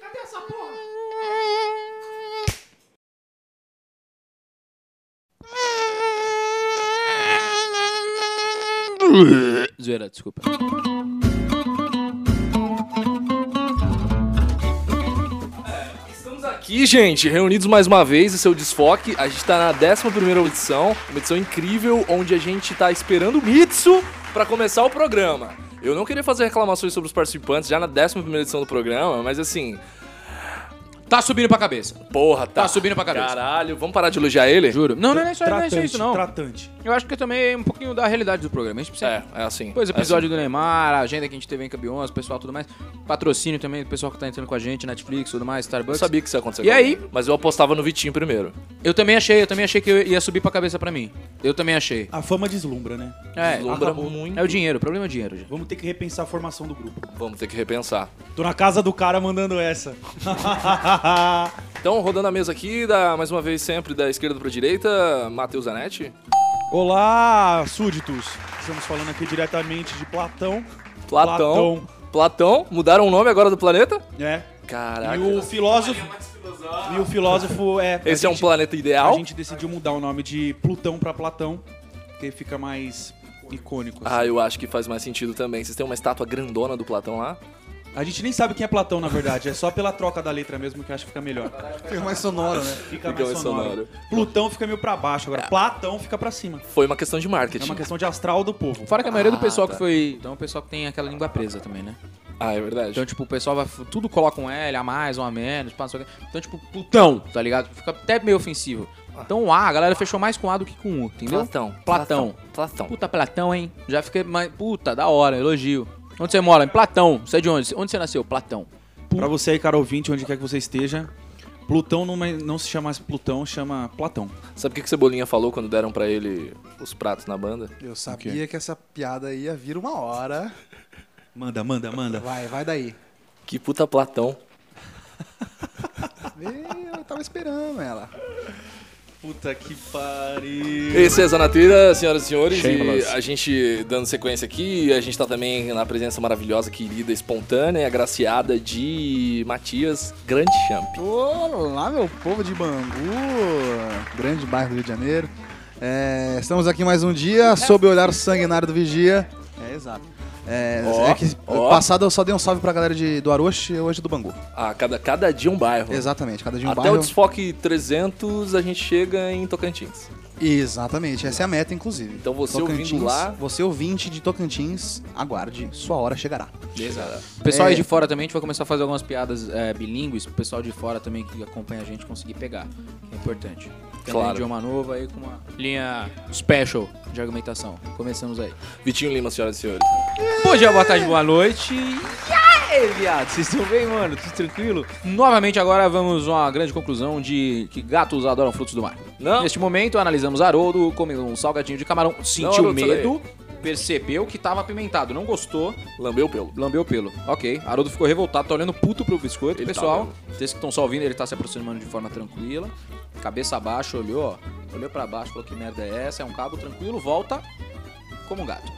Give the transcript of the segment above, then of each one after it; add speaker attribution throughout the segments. Speaker 1: Cadê essa porra?
Speaker 2: Zoeira, desculpa. Estamos Aqui, gente, reunidos mais uma vez, o seu desfoque. A gente tá na 11 edição, uma edição incrível, onde a gente tá esperando o Mitsu pra começar o programa. Eu não queria fazer reclamações sobre os participantes já na 11 edição do programa, mas assim,
Speaker 3: Tá subindo pra cabeça.
Speaker 2: porra, tá.
Speaker 3: Tá subindo pra cabeça.
Speaker 2: Caralho, vamos parar de elogiar ele?
Speaker 3: Juro. Não, não, não é isso, não é isso, isso, não.
Speaker 4: Tratante.
Speaker 3: Eu acho que eu tomei um pouquinho da realidade do programa. A gente precisa.
Speaker 2: É, é assim.
Speaker 3: Pois,
Speaker 2: é
Speaker 3: episódio do Neymar, a agenda que a gente teve em Cabiões, o pessoal tudo mais. Patrocínio também, o pessoal que tá entrando com a gente, Netflix, tudo mais,
Speaker 2: Eu
Speaker 3: Starbucks.
Speaker 2: sabia que isso ia acontecer.
Speaker 3: E aí?
Speaker 2: comigo, Mas eu apostava no Vitinho primeiro.
Speaker 3: Eu também achei, eu também achei que eu ia subir pra cabeça pra mim. Eu também achei.
Speaker 4: A fama deslumbra, né?
Speaker 3: É,
Speaker 2: Deslumbra
Speaker 3: acabou.
Speaker 2: muito.
Speaker 3: É o dinheiro, o problema é o dinheiro, gente.
Speaker 4: Vamos ter que repensar a formação do grupo.
Speaker 2: Vamos ter que repensar.
Speaker 4: Tô na casa do cara mandando essa.
Speaker 2: Então, rodando a mesa aqui, da, mais uma vez sempre da esquerda pra direita, Matheus Zanetti.
Speaker 4: Olá, súditos. Estamos falando aqui diretamente de Platão.
Speaker 2: Platão. Platão. Mudaram o nome agora do planeta?
Speaker 4: É.
Speaker 2: Caraca.
Speaker 4: E o filósofo. E o filósofo é.
Speaker 2: Esse é um
Speaker 4: a gente-
Speaker 2: planeta
Speaker 4: A
Speaker 2: ideal?
Speaker 4: gente decidiu mudar o nome de Plutão pra Platão, porque fica mais icônico. assim.
Speaker 2: Ah, eu acho que faz mais sentido também. Vocês têm uma estátua grandona do Platão lá?
Speaker 4: A gente nem sabe quem é Platão, na verdade. É só pela troca da letra mesmo que eu acho que fica melhor.
Speaker 5: Fica mais sonoro, né?
Speaker 4: Fica,
Speaker 2: Fica
Speaker 4: mais,
Speaker 2: mais
Speaker 4: sonoro. Plutão fica meio pra baixo, agora Platão fica pra cima.
Speaker 2: Foi uma questão de
Speaker 4: É
Speaker 2: marketing.
Speaker 4: uma questão de astral do povo.
Speaker 3: Fora que a maioria
Speaker 2: Ah,
Speaker 3: do pessoal
Speaker 2: tá.
Speaker 3: que foi. Então o pessoal que tem aquela língua presa também, né?
Speaker 2: Ah, é verdade.
Speaker 3: Então, tipo, o pessoal vai. Tudo coloca um L, a mais, um a menos, passa Então, tipo, Plutão, tá ligado? Fica até meio ofensivo. Então o A, a galera fechou mais com A do que com U, entendeu?
Speaker 2: Platão.
Speaker 3: Platão.
Speaker 2: Platão.
Speaker 3: Puta, Platão, hein? Já fiquei mais. Puta, da hora, elogio. Onde você mora? Em Platão. Você é de onde? Onde você nasceu? Platão.
Speaker 4: Pra você aí, cara ouvinte, onde quer que você esteja, Plutão não, é- não se chama mais Plutão, chama Platão.
Speaker 2: Sabe o que que Cebolinha falou quando deram pra ele os pratos na banda?
Speaker 5: Eu sabia que essa piada ia vir uma hora.
Speaker 4: Manda, manda, manda.
Speaker 5: Vai, vai daí.
Speaker 2: Que puta Platão.
Speaker 5: Ih, Eu tava esperando ela.
Speaker 4: Puta que pariu.
Speaker 2: Esse é Zanateira, senhoras e senhores.
Speaker 3: Shameless.
Speaker 2: E a gente dando sequência aqui, a gente tá também na presença maravilhosa, querida, espontânea e agraciada de Matias Grande Champ.
Speaker 5: Olá, meu povo de Bangu, grande bairro do Rio de Janeiro. É, estamos aqui mais um dia sob o olhar sanguinário do Vigia. É, exato. É,
Speaker 2: Ó,
Speaker 5: é que
Speaker 2: ó.
Speaker 5: passado eu só dei um salve pra galera de, do Aroche e hoje do Bangu.
Speaker 2: Ah, cada, cada dia um bairro.
Speaker 5: Exatamente, cada dia um
Speaker 2: Até
Speaker 5: bairro.
Speaker 2: o desfoque 300 a gente chega em Tocantins.
Speaker 5: Exatamente, essa é a meta, inclusive.
Speaker 2: Então você ouvindo lá-
Speaker 5: Você ouvinte de Tocantins, aguarde, sua hora chegará.
Speaker 2: Exato.
Speaker 3: O pessoal
Speaker 5: É.
Speaker 3: aí de fora também, a gente vai começar a fazer algumas piadas é, bilíngues pro pessoal de fora também que acompanha a gente conseguir pegar. que É importante. Tem
Speaker 2: Claro.
Speaker 3: um idioma novo aí com uma linha special de argumentação. Começamos aí.
Speaker 2: Vitinho Lima, senhoras e senhores.
Speaker 3: Bom dia, boa tarde, boa noite. E aí, viado, vocês estão bem, mano? Tudo tranquilo? Novamente agora vamos a uma grande conclusão de que gatos adoram frutos do mar.
Speaker 2: Não.
Speaker 3: Neste momento analisamos Haroldo, comeu um salgadinho de camarão, sentiu
Speaker 2: Haroldo,
Speaker 3: medo, percebeu que tava apimentado, não gostou,
Speaker 2: Lambeu o pelo.
Speaker 3: lambeu o pelo. Ok, Haroldo ficou revoltado, tá olhando puto pro biscoito,
Speaker 2: Ele tá
Speaker 3: pessoal.
Speaker 2: mesmo.
Speaker 3: Vocês que estão só ouvindo, ele tá se aproximando de forma tranquila, cabeça abaixo, olhou, ó, olhou pra baixo, falou que merda é essa, é um cabo tranquilo, volta como um gato.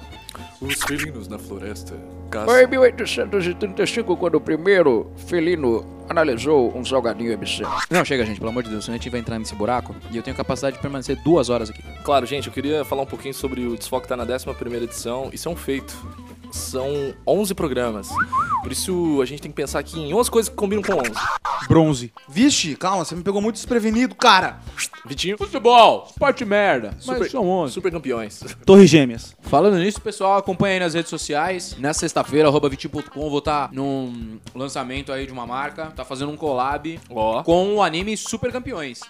Speaker 2: Os felinos na floresta.
Speaker 3: Tá
Speaker 6: Foi em 1835 quando o primeiro felino analisou um salgadinho MC.
Speaker 3: Não, chega, gente, pelo amor de Deus, senão a gente vai entrar nesse buraco e eu tenho capacidade de permanecer duas horas aqui.
Speaker 2: Claro, gente, eu queria falar um pouquinho sobre o Desfoque tá na 11 edição. Isso é um feito. São 11 programas. Por isso a gente tem que pensar aqui em 11 coisas que combinam com 11.
Speaker 4: Bronze.
Speaker 5: Vixe, calma, você me pegou muito desprevenido, cara.
Speaker 2: Vitinho,
Speaker 3: Futebol, esporte merda,
Speaker 2: super, super campeões.
Speaker 4: Torre Gêmeas.
Speaker 3: Falando nisso, pessoal, acompanha aí nas redes sociais. Nessa sexta-feira, arroba vitim.com, vou estar num lançamento aí de uma marca, tá fazendo um collab
Speaker 2: Ó.
Speaker 3: com o anime Super Campeões.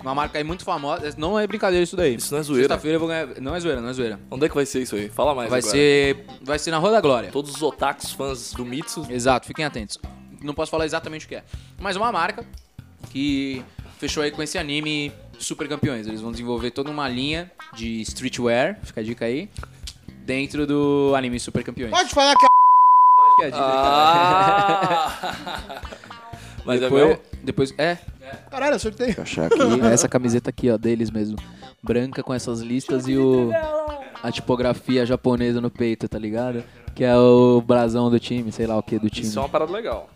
Speaker 3: Uma marca aí muito famosa, não é brincadeira isso daí.
Speaker 2: Isso não é zoeira.
Speaker 3: Sexta-feira eu vou ganhar, não é zoeira, não é zoeira.
Speaker 2: Onde é que vai ser isso aí? Fala mais
Speaker 3: Vai
Speaker 2: agora.
Speaker 3: ser, vai ser na Rua da Glória.
Speaker 2: Todos os otakus fãs do Mitsu.
Speaker 3: Exato, fiquem atentos. Não posso falar exatamente o que é. Mas uma marca que fechou aí com esse anime Super Campeões. Eles vão desenvolver toda uma linha de streetwear, fica a dica aí, dentro do anime Super Campeões.
Speaker 5: Pode falar que
Speaker 3: Que é a dica,
Speaker 2: ah, Mas é
Speaker 3: depois,
Speaker 2: meu?
Speaker 3: depois, é,
Speaker 5: é... Caralho, eu sorteio.
Speaker 3: achar aqui essa camiseta aqui, ó, deles mesmo. Branca com essas listas e o a tipografia japonesa no peito, tá ligado? Que é o brasão do time, sei lá o que do time.
Speaker 2: Isso é uma parada legal.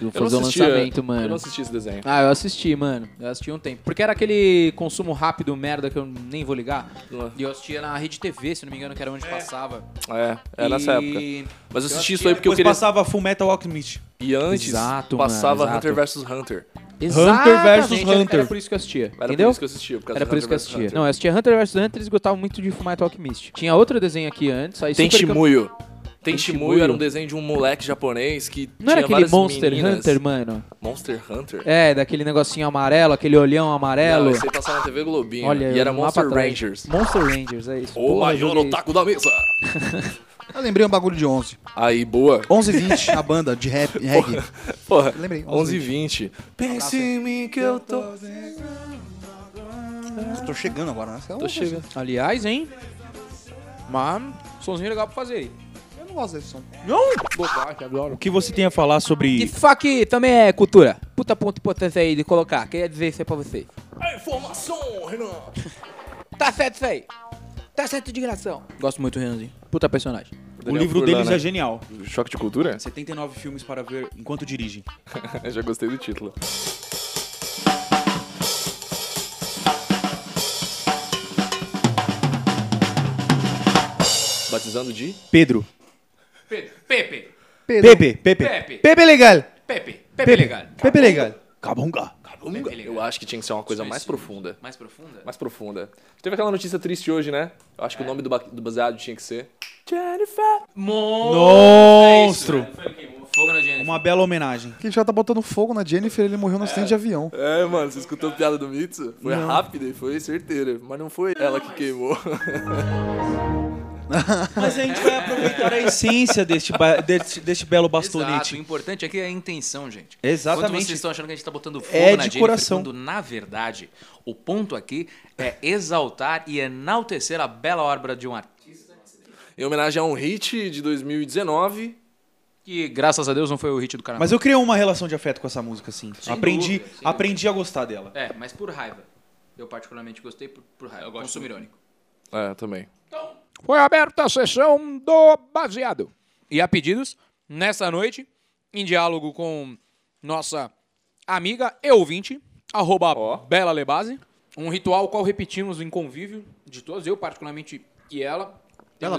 Speaker 3: Vão
Speaker 2: Eu não
Speaker 3: fazer o
Speaker 2: assistia-
Speaker 3: lançamento,
Speaker 2: Eu não
Speaker 3: mano.
Speaker 2: assisti esse desenho.
Speaker 3: Ah, eu assisti, mano. Eu assisti um tempo. Porque era aquele consumo rápido, merda, que eu nem vou ligar. E eu assistia na Rede TV, se não me engano, que era onde passava.
Speaker 2: É, é nessa época.
Speaker 3: E-
Speaker 2: Mas eu assisti
Speaker 3: assisti
Speaker 2: isso aí porque eu
Speaker 4: Depois
Speaker 2: queria.
Speaker 4: passava Full Metal Alchemist.
Speaker 2: E antes
Speaker 3: Exato, mano,
Speaker 2: passava
Speaker 3: exato.
Speaker 2: Hunter vs Hunter.
Speaker 3: Exatamente,
Speaker 4: versus
Speaker 3: era- Era
Speaker 4: Hunter.
Speaker 3: por isso que eu assistia.
Speaker 2: Era
Speaker 3: entendeu?
Speaker 2: por isso que eu assistia. Por causa
Speaker 3: Era
Speaker 2: do
Speaker 3: por isso que eu
Speaker 2: Hunter vs
Speaker 3: assistia.
Speaker 2: Hunter.
Speaker 3: Não, eu assistia Hunter vs Hunter, eles gostavam muito de Fullmetal Alchemist. Tinha outro desenho aqui antes, aí
Speaker 2: Tem
Speaker 3: é super campe-
Speaker 2: Shimuyo. Tem
Speaker 3: Tem
Speaker 2: Shimuyo
Speaker 3: Shimuyo.
Speaker 2: era um desenho de um moleque japonês que
Speaker 3: Não era
Speaker 2: tinha
Speaker 3: aquele
Speaker 2: várias
Speaker 3: Monster
Speaker 2: meninas.
Speaker 3: Hunter, mano?
Speaker 2: Monster Hunter?
Speaker 3: É, daquele negocinho amarelo, aquele olhão
Speaker 2: Não,
Speaker 3: amarelo.
Speaker 2: esse aí passava na TV Globinho.
Speaker 3: É,
Speaker 2: né?
Speaker 3: Olha,
Speaker 2: e era
Speaker 3: um
Speaker 2: Monster
Speaker 3: mapa atrás.
Speaker 2: Rangers.
Speaker 3: Monster Rangers, é isso.
Speaker 2: O maior
Speaker 3: joguei isso.
Speaker 2: otaku da mesa.
Speaker 5: Eu lembrei um bagulho de 11.
Speaker 2: Aí, boa.
Speaker 5: 11 e 20, a banda de rap, reggae.
Speaker 2: Porra,
Speaker 5: Lembrei,
Speaker 2: 11 h 20. Pense em mim que eu tô...
Speaker 5: Eu tô chegando agora, né?
Speaker 2: Tô chegando.
Speaker 3: Aliás, hein? Mas, sonzinho legal pra fazer aí.
Speaker 5: Eu não gosto desse som.
Speaker 3: Bobagem, adoro.
Speaker 4: O que você tem a falar
Speaker 3: E
Speaker 4: sobre...
Speaker 3: fuck também é cultura. Puta ponto importante aí de colocar. Queria dizer isso aí pra você.
Speaker 2: A informação, Renan.
Speaker 3: Tá certo isso aí. Tá certo de gração. Gosto muito do Renanzinho. Puta personagem.
Speaker 4: O livro deles é genial.
Speaker 2: né? Choque de cultura?
Speaker 4: 79 filmes para ver enquanto dirige.
Speaker 2: Já gostei do título. Batizando de?
Speaker 4: Pedro.
Speaker 3: Pepe.
Speaker 4: Pepe, Pepe.
Speaker 3: Pepe.
Speaker 4: Pepe legal.
Speaker 3: Pepe. Pepe legal.
Speaker 4: Pepe legal. Cabunga.
Speaker 2: Eu acho que tinha que ser uma coisa mais
Speaker 3: Suicídio.
Speaker 2: profunda.
Speaker 3: Mais profunda?
Speaker 2: Mais profunda. Teve aquela notícia triste hoje, né? Eu acho que o nome do, ba- do baseado tinha que ser.
Speaker 4: Monstro.
Speaker 3: Fogo na gente.
Speaker 4: É Uma bela homenagem.
Speaker 5: Que já tá botando fogo na Jennifer, ele morreu no acidente de avião.
Speaker 2: É, mano, você escutou a piada do Mitsu? Foi rápida e foi certeira. Mas não foi ela que queimou.
Speaker 4: Mas a gente vai aproveitar a essência deste, ba- deste, deste belo
Speaker 3: Exato, o
Speaker 4: bastonete.
Speaker 3: importante aqui é a intenção, gente.
Speaker 4: Exatamente.
Speaker 3: Quando vocês estão achando que a gente tá botando fogo
Speaker 4: É
Speaker 3: na
Speaker 4: de
Speaker 3: Jennifer,
Speaker 4: coração.
Speaker 3: quando na verdade o ponto aqui é exaltar e enaltecer a bela obra de um artista
Speaker 2: em homenagem a um hit de 2019.
Speaker 3: que, graças a Deus, não foi o hit do carnaval.
Speaker 4: Mas eu criei uma relação de afeto com essa música, assim.
Speaker 3: Sem
Speaker 4: aprendi
Speaker 3: dúvida, sem
Speaker 4: aprendi a gostar dela.
Speaker 3: É, mas por raiva. Eu particularmente gostei por, por raiva. Eu gosto Consumo irônico.
Speaker 2: É, também.
Speaker 6: Foi aberta a sessão do baseado.
Speaker 3: E a pedidos, nessa noite, em diálogo com nossa amiga e ouvinte, arroba
Speaker 2: Ó.
Speaker 3: Bela Lebase, um ritual qual repetimos em convívio de todos, eu particularmente e ela.
Speaker 5: Bela,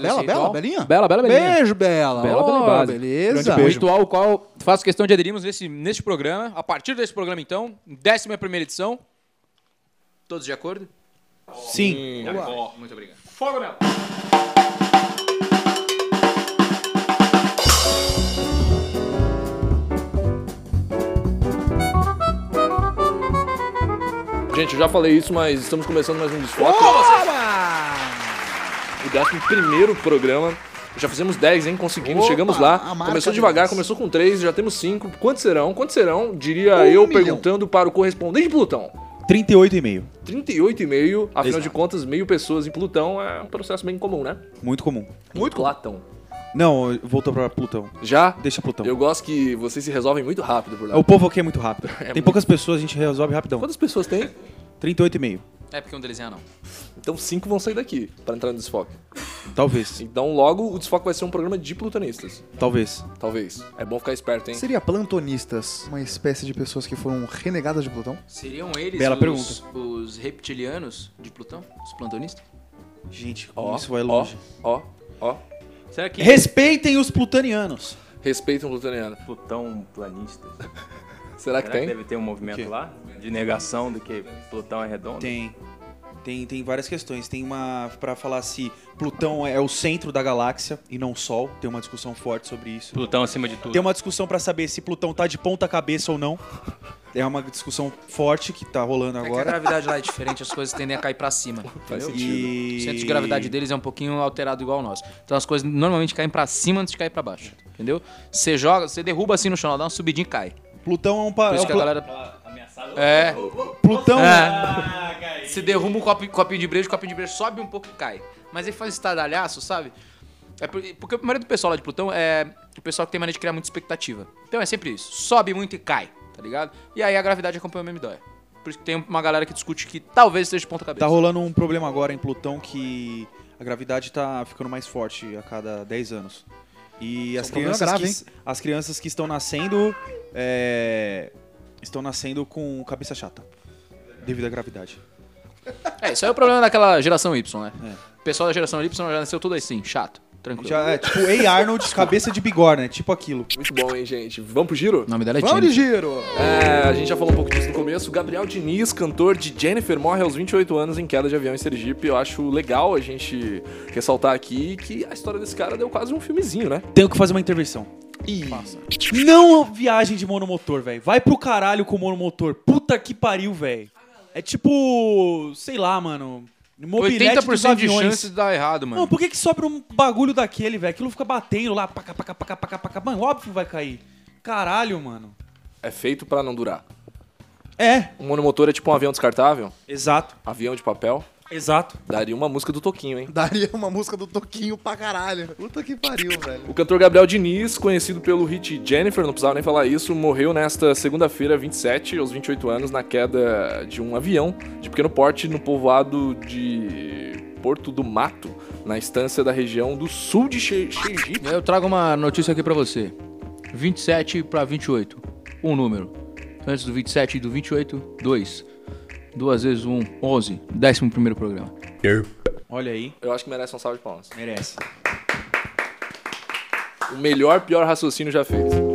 Speaker 3: Temos
Speaker 5: bela,
Speaker 3: esse
Speaker 5: bela,
Speaker 3: ritual.
Speaker 5: belinha?
Speaker 3: Bela, bela, belinha.
Speaker 5: Beijo, Bela.
Speaker 3: Bela,
Speaker 5: Ó,
Speaker 3: Bela Base.
Speaker 5: Beleza.
Speaker 3: Um ritual ao qual faço questão de aderirmos nesse, neste programa. A partir desse programa, então, décima primeira edição. Todos de acordo? Hum,
Speaker 4: Sim.
Speaker 3: Ó, Muito obrigado. Fogo nela!
Speaker 2: Gente, eu já falei isso, mas estamos começando mais um desfoque. O décimo primeiro programa. Já fizemos 10, hein? Conseguimos,
Speaker 5: Opa,
Speaker 2: chegamos
Speaker 5: a
Speaker 2: lá.
Speaker 5: marca
Speaker 2: Começou
Speaker 5: deles.
Speaker 2: devagar, começou com 3, já temos 5. Quantos serão? Quantos serão? Diria
Speaker 5: Um
Speaker 2: eu
Speaker 5: milhão.
Speaker 2: perguntando para o correspondente Plutão.
Speaker 4: 38,5.
Speaker 2: 38,5, afinal de
Speaker 4: Exato.
Speaker 2: contas, meio pessoas em Plutão é um processo bem comum, né?
Speaker 4: Muito comum.
Speaker 2: Muito Platão.
Speaker 4: Não, voltou pra Plutão.
Speaker 2: Já?
Speaker 4: Deixa Plutão.
Speaker 2: Eu gosto que vocês se resolvem muito rápido por lá.
Speaker 4: O povo aqui Então. é muito rápido. Tem
Speaker 2: muito-
Speaker 4: poucas pessoas, a gente resolve rapidão.
Speaker 2: Quantas pessoas tem?
Speaker 4: 38,5.
Speaker 3: É porque um deles é não.
Speaker 2: Então 5 vão sair daqui para entrar no desfoque.
Speaker 4: Talvez.
Speaker 2: Então logo o desfoque vai ser um programa de plutanistas.
Speaker 4: Talvez.
Speaker 2: Talvez. É bom ficar esperto, hein?
Speaker 5: Seria plantonistas uma espécie de pessoas que foram renegadas de Plutão?
Speaker 3: Seriam eles
Speaker 4: Bela
Speaker 3: os,
Speaker 4: pergunta.
Speaker 3: os reptilianos de Plutão? Os plantonistas?
Speaker 4: Gente,
Speaker 2: Ó,
Speaker 4: isso vai longe.
Speaker 2: Ó, ó.
Speaker 1: Será que
Speaker 4: Respeitem os plutanianos.
Speaker 2: Respeitam o um plutoniano.
Speaker 1: Plutão planista? Será
Speaker 2: Será que tem?
Speaker 1: deve ter um
Speaker 4: O quê?
Speaker 1: movimento lá de negação do que Plutão é
Speaker 3: Né?
Speaker 1: redondo?
Speaker 4: Tem. Tem, tem várias questões. Tem uma pra falar se Plutão é o centro da galáxia e não o Sol. Tem uma discussão forte sobre isso.
Speaker 1: Plutão acima de tudo.
Speaker 4: Tem uma discussão pra saber se Plutão tá de ponta cabeça ou não. É uma discussão forte que tá rolando
Speaker 3: É que a
Speaker 4: agora.
Speaker 3: gravidade lá é diferente, as coisas tendem a cair pra cima.
Speaker 2: Faz
Speaker 3: entendeu?
Speaker 2: sentido.
Speaker 3: O centro de gravidade deles é um pouquinho alterado igual o nosso. Então as coisas normalmente caem pra cima antes de cair pra baixo. Entendeu? Você joga, você derruba assim no chão, ela dá uma subidinha e cai.
Speaker 4: Plutão é um pa...
Speaker 3: Por isso que a
Speaker 4: Plu-
Speaker 3: galera. É.
Speaker 4: Plutão
Speaker 3: É. Se derruba o copo, copinho de brejo, o copinho de brejo sobe um pouco e cai. Mas ele faz estadalhaço, sabe? É por- porque a maioria do pessoal lá de Plutão é o pessoal que tem maneira de criar muita expectativa. Então é sempre isso. Sobe muito e cai, tá ligado? E aí a gravidade acompanha o meme dói. Por isso que tem uma galera que discute que talvez seja de ponta cabeça.
Speaker 4: Tá rolando um problema agora em Plutão que a gravidade tá ficando mais forte a cada 10 anos. E as
Speaker 5: um problema
Speaker 4: crianças,
Speaker 5: grave,
Speaker 4: que,
Speaker 5: hein?
Speaker 4: as crianças que estão nascendo é, estão nascendo com cabeça chata. Devido à gravidade.
Speaker 3: É, isso aí é o problema daquela geração Y, né? O pessoal da geração Y já nasceu tudo assim, chato, tranquilo.
Speaker 4: É. Já é tipo Ei Arnold, cabeça de bigorna, é tipo aquilo.
Speaker 2: Muito bom, hein, gente? Vamos pro giro?
Speaker 3: O nome dela é
Speaker 5: Vamos
Speaker 3: Tina.
Speaker 5: de giro!
Speaker 2: É, a gente já falou um pouco disso no começo. Gabriel Diniz, cantor de Jennifer, morre aos 28 anos em queda de avião em Sergipe. Eu acho legal a gente ressaltar aqui que a história desse cara deu quase um filmezinho, né?
Speaker 4: Tenho que fazer uma intervenção.
Speaker 2: E
Speaker 4: Não viagem de monomotor, velho. Vai pro caralho com o monomotor. Puta que pariu, velho. É tipo, sei lá, mano. Mobilete dos
Speaker 3: 80% de
Speaker 4: aviões.
Speaker 3: chance de dar errado, mano.
Speaker 4: Não, por que que sobra um bagulho daquele, velho? Aquilo fica batendo lá, paca, paca, paca, paca, paca. Mano, óbvio que vai cair. Caralho, mano.
Speaker 2: é feito pra não durar.
Speaker 4: É,
Speaker 2: Um monomotor é tipo um avião descartável,
Speaker 4: exato,
Speaker 2: avião de papel.
Speaker 4: exato.
Speaker 2: Daria uma música do Toquinho, hein?
Speaker 5: Daria uma música do Toquinho pra caralho. Puta que pariu, velho.
Speaker 2: O cantor Gabriel Diniz, conhecido pelo hit Jennifer, não precisava nem falar isso, morreu nesta segunda-feira, 27, aos 28 anos, na queda de um avião de pequeno porte no povoado de Porto do Mato, na estância da região do sul de Xe- Sergipe.
Speaker 3: Eu trago uma notícia aqui pra você. 27 pra 28. Um número. Antes do 27 e do 28, dois. Duas vezes um, 11. Décimo primeiro programa.
Speaker 4: Olha aí,
Speaker 2: Eu acho que merece um salve de palmas.
Speaker 4: merece.
Speaker 2: O melhor, pior raciocínio já feito.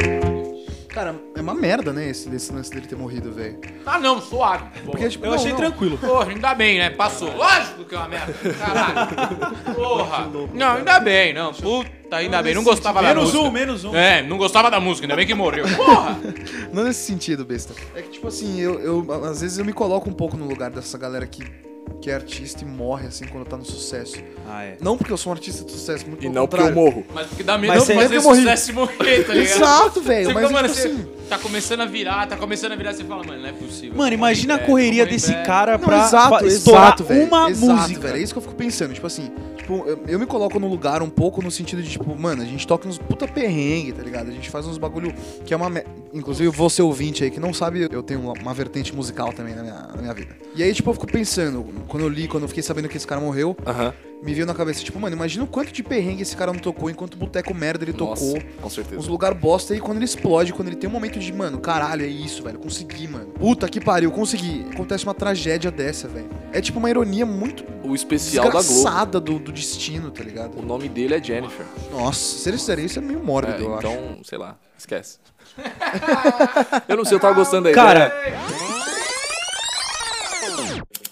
Speaker 5: Cara, é uma merda, né, esse, esse lance dele ter morrido, velho.
Speaker 3: Ah, não, suave.
Speaker 5: Porque, tipo,
Speaker 4: Eu
Speaker 5: não,
Speaker 4: achei
Speaker 5: não.
Speaker 4: tranquilo.
Speaker 3: Porra, ainda bem, né? Passou. Lógico que é uma merda. Caralho. Porra. Não, ainda bem, não. Puta, ainda bem. Não gostava da
Speaker 4: Menos
Speaker 3: música.
Speaker 4: um, menos um.
Speaker 3: É, não gostava da música, ainda bem que morreu. Porra!
Speaker 5: Não nesse sentido, besta. É que, tipo assim, eu, eu- às vezes eu me coloco um pouco no lugar dessa galera que, que é artista e morre, assim, quando tá no sucesso.
Speaker 4: Ah, é.
Speaker 5: Não porque eu sou um artista de sucesso, muito
Speaker 2: E
Speaker 5: pelo
Speaker 2: não porque eu
Speaker 5: contrário.
Speaker 2: morro.
Speaker 3: Mas porque dá medo
Speaker 4: Mas
Speaker 3: de
Speaker 4: você-
Speaker 5: mas eu
Speaker 3: fazer
Speaker 5: morri.
Speaker 3: sucesso e morrer, tá ligado?
Speaker 5: Exato,
Speaker 3: Você
Speaker 5: velho.
Speaker 3: fica,
Speaker 5: Mas, tipo
Speaker 3: mano,
Speaker 5: assim...
Speaker 3: você tá começando a virar, tá começando a virar, você fala, mano, não é possível.
Speaker 4: Mano, imagina a
Speaker 3: Morri,
Speaker 4: correria
Speaker 3: velho,
Speaker 4: desse
Speaker 3: morri,
Speaker 4: cara
Speaker 5: Não,
Speaker 4: pra
Speaker 5: exato,
Speaker 4: fa- estourar
Speaker 5: exato, velho.
Speaker 4: uma
Speaker 5: exato,
Speaker 4: música.
Speaker 5: velho. É isso que eu fico pensando. Tipo assim, tipo, eu, eu me coloco no lugar um pouco no sentido de, tipo, mano, a gente toca uns puta perrengue, tá ligado? A gente faz uns bagulho que é uma. me- Inclusive, você ouvinte aí que não sabe, eu tenho uma, uma vertente musical também na minha, na minha vida. E aí, tipo, eu fico pensando, quando eu li, quando eu fiquei sabendo que esse cara morreu,
Speaker 2: Aham.
Speaker 5: me veio na cabeça, tipo, mano, imagina o quanto de perrengue esse cara não tocou, enquanto boteco merda ele tocou.
Speaker 2: Nossa, com certeza.
Speaker 5: Os lugar bosta aí quando ele explode, quando ele tem um momento de, mano, caralho, é isso, velho, consegui, mano. Puta que pariu, consegui. Acontece uma tragédia dessa, velho. É tipo uma ironia muito
Speaker 2: O especial da Globo.
Speaker 5: desgraçada do, do destino, tá ligado?
Speaker 2: O nome dele é Jennifer.
Speaker 5: Nossa, se eles fizerem isso é meio mórbido,
Speaker 2: É,
Speaker 5: eu acho.
Speaker 2: então, sei lá, esquece. eu não sei, eu tava gostando da ideia.
Speaker 4: Cara.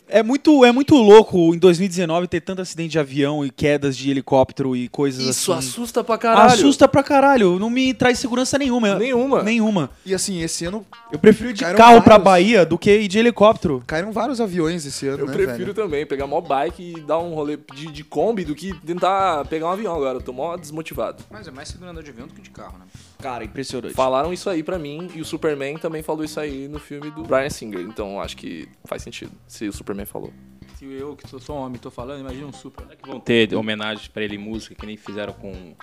Speaker 4: É muito, é muito louco em 2019 ter tanto acidente de avião e quedas de helicóptero e coisas
Speaker 2: isso
Speaker 4: assim.
Speaker 2: assusta pra caralho.
Speaker 4: Assusta pra caralho. Não me traz segurança nenhuma. um
Speaker 2: Nenhuma.
Speaker 4: Nenhuma.
Speaker 5: E assim, esse ano
Speaker 4: Eu prefiro ir de
Speaker 5: Caíram
Speaker 4: carro pra
Speaker 5: vários.
Speaker 4: Bahia do que ir de helicóptero.
Speaker 5: caíram vários aviões esse ano,
Speaker 2: Eu
Speaker 5: né,
Speaker 2: prefiro
Speaker 5: velho?
Speaker 2: também pegar mó bike e dar um rolê de, de Kombi do que tentar pegar um avião agora. Eu tô mó desmotivado.
Speaker 3: Mas é mais segurador de avião do que de carro, né?
Speaker 4: Cara, impressionante.
Speaker 2: Falaram isso aí pra mim e o Superman também falou isso aí no filme do Brian Singer. Então acho que faz sentido se o Superman falou.
Speaker 3: Se eu, que sou só homem, tô falando, imagina um super.
Speaker 1: Vão ter homenagens pra ele em música, que nem fizeram com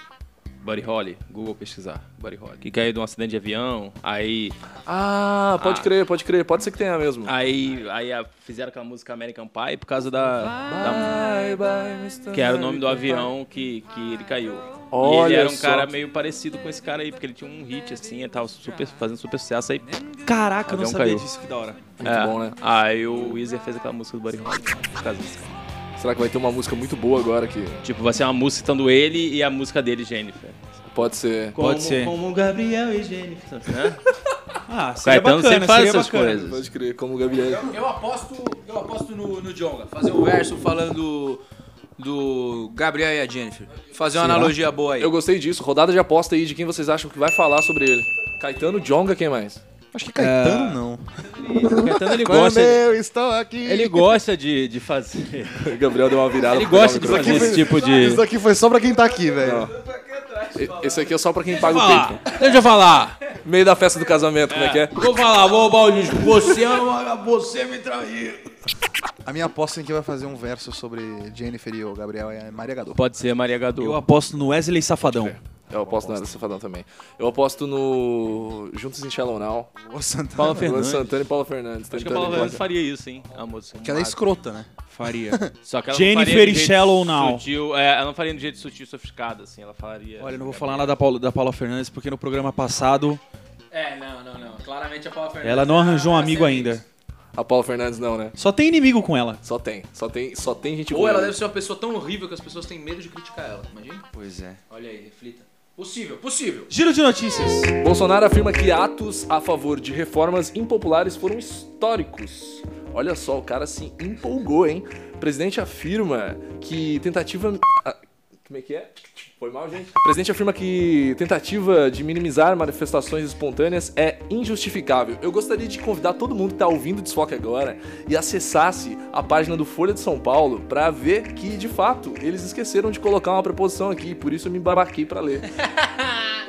Speaker 1: Buddy Holly. Google pesquisar, Buddy Holly. Que caiu de um acidente de avião, aí...
Speaker 2: Ah, pode
Speaker 1: Ah.
Speaker 2: crer, pode crer. Pode ser que tenha mesmo.
Speaker 1: Aí, aí a- fizeram aquela música American Pie por causa da... da-
Speaker 2: Bye, bye, Mr.
Speaker 1: tá que era o nome do avião que, que ele caiu. e
Speaker 2: Olha
Speaker 1: ele era um
Speaker 2: só.
Speaker 1: cara meio parecido com esse cara aí, porque ele tinha um hit assim, ele tava super, fazendo super sucesso, aí
Speaker 4: Caraca, eu não
Speaker 1: Avião
Speaker 4: sabia
Speaker 1: caiu.
Speaker 4: disso, que da hora.
Speaker 2: Muito
Speaker 1: É.
Speaker 2: bom, né?
Speaker 1: Aí o Weezer fez aquela música do Buddy Holly. por causa disso.
Speaker 2: Será que vai ter uma música muito boa agora que
Speaker 1: Tipo, vai ser uma música citando ele e a música dele, Jennifer.
Speaker 2: pode ser.
Speaker 1: Como,
Speaker 4: ser.
Speaker 1: Como Gabriel e Jennifer. Né?
Speaker 4: Ah, seria
Speaker 1: Caetano
Speaker 4: bacana,
Speaker 1: então sempre faz
Speaker 4: seria
Speaker 1: essas
Speaker 4: bacana.
Speaker 1: coisas.
Speaker 2: Pode crer, como o Gabriel.
Speaker 3: Eu aposto, eu aposto no, no Jonga. Fazer um verso falando do, do Gabriel e a Jennifer. Fazer uma analogia boa aí.
Speaker 2: Eu gostei disso. Rodada de aposta aí de quem vocês acham que vai falar sobre ele. Caetano, Jonga, quem mais?
Speaker 5: Acho que Caetano não.
Speaker 1: É. Caetano, ele
Speaker 5: Quando
Speaker 1: gosta,
Speaker 5: eu estou aqui...
Speaker 1: ele gosta de, de fazer,
Speaker 2: O Gabriel deu uma virada.
Speaker 1: ele
Speaker 2: pra pegar
Speaker 1: gosta
Speaker 2: o
Speaker 1: de
Speaker 2: microfone.
Speaker 1: fazer esse tipo
Speaker 5: Isso
Speaker 1: de...
Speaker 5: daqui foi só pra quem tá aqui, velho.
Speaker 2: E- Esse aqui é só pra quem paga o
Speaker 3: Ah,
Speaker 2: pico.
Speaker 3: deixa eu falar.
Speaker 2: Meio da festa do casamento, como é que é?
Speaker 3: Vou falar, vou roubar o disco. Você é uma- Você me traiu.
Speaker 5: A minha aposta em quem vai fazer um verso sobre Jennifer e o Gabriel é a Maria Gadot.
Speaker 1: Pode ser Maria Gadu.
Speaker 4: Eu aposto no Wesley Safadão.
Speaker 2: Eu aposto na Ana Safadão também. Eu aposto no Juntos em Shallow Now.
Speaker 5: Ô, Santana.
Speaker 1: Paula
Speaker 2: Luan
Speaker 1: Fernandes.
Speaker 2: Santana e Paula Fernandes.
Speaker 1: Acho que a
Speaker 2: tentando
Speaker 1: Paula Fernandes
Speaker 2: emplacar.
Speaker 1: faria isso, hein? A moça.
Speaker 5: Que ela é escrota, né?
Speaker 1: Faria. Só que ela não
Speaker 4: Jennifer
Speaker 1: faria de
Speaker 4: e
Speaker 1: jeito
Speaker 4: Shallow Now.
Speaker 1: Sutil, é, ela não faria de jeito sutil, sofisticado, assim. Ela faria...
Speaker 4: Olha, eu não vou falar nada da Paula, da Paula Fernandes, porque no programa passado
Speaker 3: É, não, não, não. Claramente a Paula Fernandes.
Speaker 4: ela não arranjou um amigo ainda.
Speaker 2: A Paula Fernandes não, né?
Speaker 4: Só tem inimigo com ela.
Speaker 2: Só tem. Só tem, só tem gente
Speaker 3: Ou
Speaker 2: boa.
Speaker 3: ela deve ser uma pessoa tão horrível que as pessoas têm medo de criticar ela. Imagina?
Speaker 4: Pois é.
Speaker 3: Olha aí, reflita. Possível, possível.
Speaker 4: Giro de notícias.
Speaker 2: Bolsonaro afirma que atos a favor de reformas impopulares foram históricos. Olha só, o cara se empolgou, hein? O presidente afirma que tentativa. ah, Como é que é? Foi mal, gente. O presidente afirma que tentativa de minimizar manifestações espontâneas é injustificável. Eu gostaria de convidar todo mundo que está ouvindo o Desfoque agora e acessasse a página do Folha de São Paulo para ver que, de fato, eles esqueceram de colocar uma preposição aqui, por isso eu me embarquei para ler.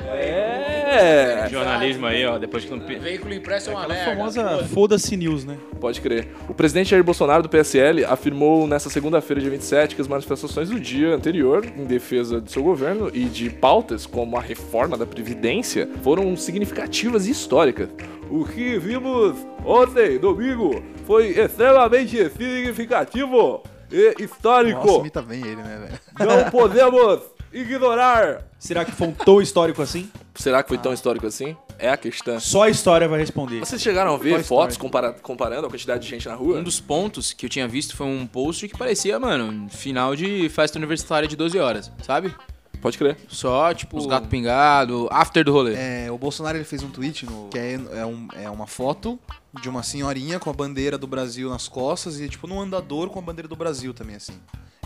Speaker 2: É!
Speaker 1: Jornalismo aí, ó. Depois que não... pi-
Speaker 3: Veículo impresso é uma
Speaker 4: A
Speaker 3: merda.
Speaker 4: famosa foda-se news, né?
Speaker 2: Pode crer. O presidente Jair Bolsonaro do PSL afirmou nesta segunda-feira, dia 27, que as manifestações do dia anterior, em defesa do seu governo e de pautas como a reforma da Previdência, foram significativas e históricas. O que vimos ontem, domingo, foi extremamente significativo e histórico.
Speaker 5: Nossa, imita bem ele, né, velho?
Speaker 2: Não podemos ignorar.
Speaker 4: Será que foi um tão histórico assim?
Speaker 2: Será que foi tão histórico assim? É a questão.
Speaker 4: Só a história vai responder.
Speaker 2: Vocês chegaram a ver fotos compara- comparando a quantidade de gente na rua?
Speaker 3: Um dos pontos que eu tinha visto foi um post que parecia, mano, final de festa universitária de 12 horas, sabe?
Speaker 2: Pode crer.
Speaker 3: Só, tipo, os gato pingado, after do rolê.
Speaker 5: É, o Bolsonaro ele fez um tweet no, que é, é, um- é uma foto de uma senhorinha com a bandeira do Brasil nas costas e, tipo, num andador com a bandeira do Brasil também, assim.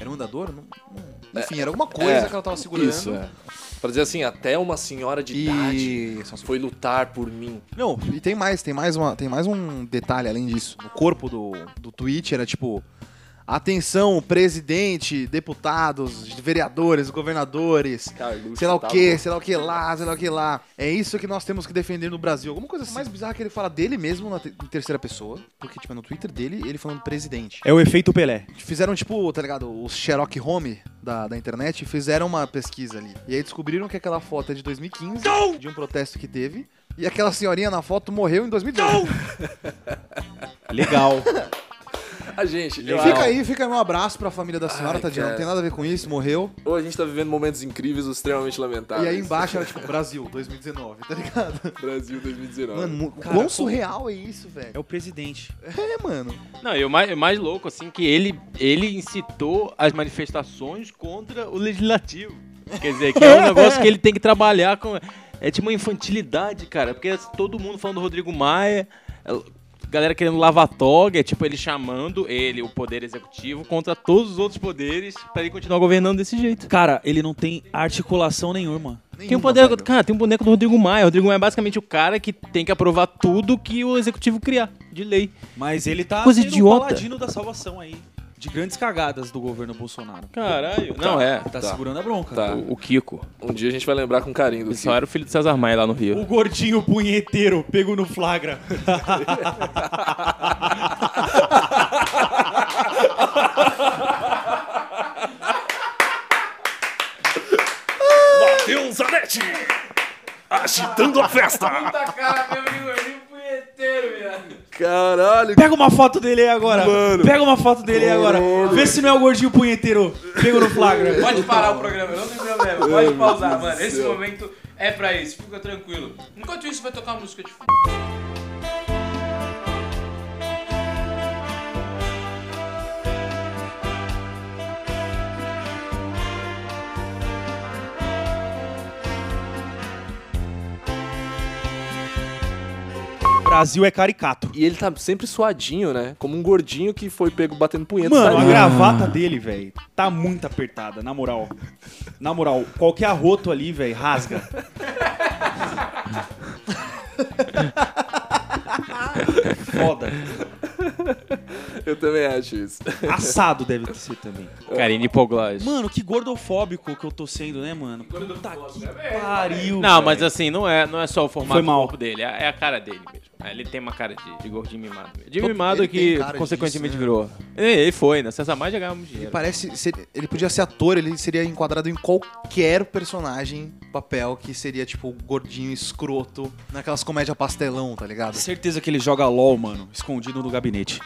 Speaker 5: Era um andador? Não- não- enfim, era alguma coisa
Speaker 2: É,
Speaker 5: que ela tava segurando.
Speaker 2: Isso, é. Pra dizer assim, até uma senhora de idade
Speaker 5: E...
Speaker 2: foi lutar por mim.
Speaker 5: Não, e tem mais, tem mais, uma, tem mais um detalhe além disso. No corpo do, do tweet era tipo. Atenção, presidente, deputados, vereadores, governadores, sei lá o
Speaker 2: Tá
Speaker 5: que, sei lá o que lá, sei lá o que lá. É isso que nós temos que defender no Brasil. Alguma coisa assim. mais bizarra que ele fala dele mesmo na te- em terceira pessoa, porque, tipo, é no Twitter dele, ele falando presidente.
Speaker 4: É o efeito Pelé.
Speaker 5: Fizeram, tipo, tá ligado? O Sherlock Home da, da internet fizeram uma pesquisa ali. E aí descobriram que aquela foto é de 2015, de um protesto que teve. E aquela senhorinha na foto morreu em 2012.
Speaker 4: Legal.
Speaker 2: A Ah, gente, eu
Speaker 5: Fica
Speaker 2: acho-
Speaker 5: aí, fica aí um abraço pra família da senhora,
Speaker 2: Ai,
Speaker 5: tadinha. Não
Speaker 2: cara.
Speaker 5: tem nada a ver com isso, morreu.
Speaker 2: Ou a gente tá vivendo momentos incríveis ou extremamente lamentáveis.
Speaker 5: e aí embaixo era tipo Brasil 2019, tá ligado?
Speaker 2: Brasil 2019.
Speaker 5: Mano, mu-
Speaker 4: Cara,
Speaker 5: quão
Speaker 4: pô.
Speaker 5: surreal é isso,
Speaker 4: É
Speaker 5: velho?
Speaker 4: o presidente.
Speaker 5: É, mano.
Speaker 1: Não, e o mais, o mais louco, assim, que ele, ele incitou as manifestações contra o legislativo. Quer dizer, que é um negócio que ele tem que trabalhar com. É tipo uma infantilidade, cara. Porque todo mundo falando do Rodrigo Maia, é, galera querendo lavar toga, é tipo ele chamando ele, o poder executivo, contra todos os outros poderes pra ele continuar governando desse jeito.
Speaker 4: Cara, ele não tem articulação nenhuma.
Speaker 1: Tem um
Speaker 5: Nenhuma,
Speaker 1: poder,
Speaker 5: velho.
Speaker 1: cara, tem um boneco do Rodrigo Maia. O Rodrigo Maia é basicamente o cara que tem que aprovar tudo que o executivo criar, de lei.
Speaker 4: Mas ele tá
Speaker 1: Coisa
Speaker 4: sendo o
Speaker 1: idiota.
Speaker 4: paladino da salvação aí. De grandes cagadas do governo Bolsonaro.
Speaker 1: Caralho. Não, é.
Speaker 4: Tá, segurando a bronca.
Speaker 2: Tá.
Speaker 1: O, o Kiko.
Speaker 2: Um dia a gente vai lembrar com carinho do
Speaker 1: Ele
Speaker 2: que
Speaker 5: é.
Speaker 1: só era o filho do César Maia lá no Rio.
Speaker 4: O gordinho punheteiro pego no flagra.
Speaker 7: Matheus Zanetti, agitando a festa.
Speaker 3: Puta cara, meu amigo, é um punheteiro, viado.
Speaker 2: Caralho,
Speaker 4: Pega uma foto dele aí agora. Pega uma foto dele aí agora. Vê se não é o gordinho punheteiro pego no flagra.
Speaker 3: Pode parar o programa, não tem problema. Pode pausar, mano. Esse
Speaker 2: céu.
Speaker 3: momento é pra isso, fica tranquilo. Enquanto isso, vai tocar uma música de fundo.
Speaker 4: Brasil é caricato.
Speaker 2: E ele tá sempre suadinho, né? Como um gordinho que foi pego batendo punheta.
Speaker 4: Mano, a
Speaker 2: sabe?
Speaker 4: gravata dele, velho, tá muito apertada, na moral. Na moral, qualquer arroto ali, velho, rasga. Foda.
Speaker 2: Eu também acho isso.
Speaker 4: Assado deve ser também.
Speaker 1: Karine Poglas.
Speaker 4: Mano, que gordofóbico que eu tô sendo, né, mano? Puta que pariu.
Speaker 1: Não, mas
Speaker 4: velho.
Speaker 1: assim, não é, não é só o formato
Speaker 4: Foi mal.
Speaker 1: do corpo dele, é é a cara dele mesmo. É, Ele tem uma cara de, de gordinho mimado. mesmo. De mimado
Speaker 5: ele tem
Speaker 1: que,
Speaker 5: cara
Speaker 1: consequentemente,
Speaker 5: disso, né?
Speaker 1: virou. Ele, ele foi, né? César Maia já ganhava muito dinheiro.
Speaker 5: Parece. ser- ele podia ser ator, ele seria enquadrado em qualquer personagem papel que seria, tipo, gordinho escroto naquelas comédia pastelão, tá ligado?
Speaker 4: Certeza que ele joga LOL, mano, escondido no gabinete.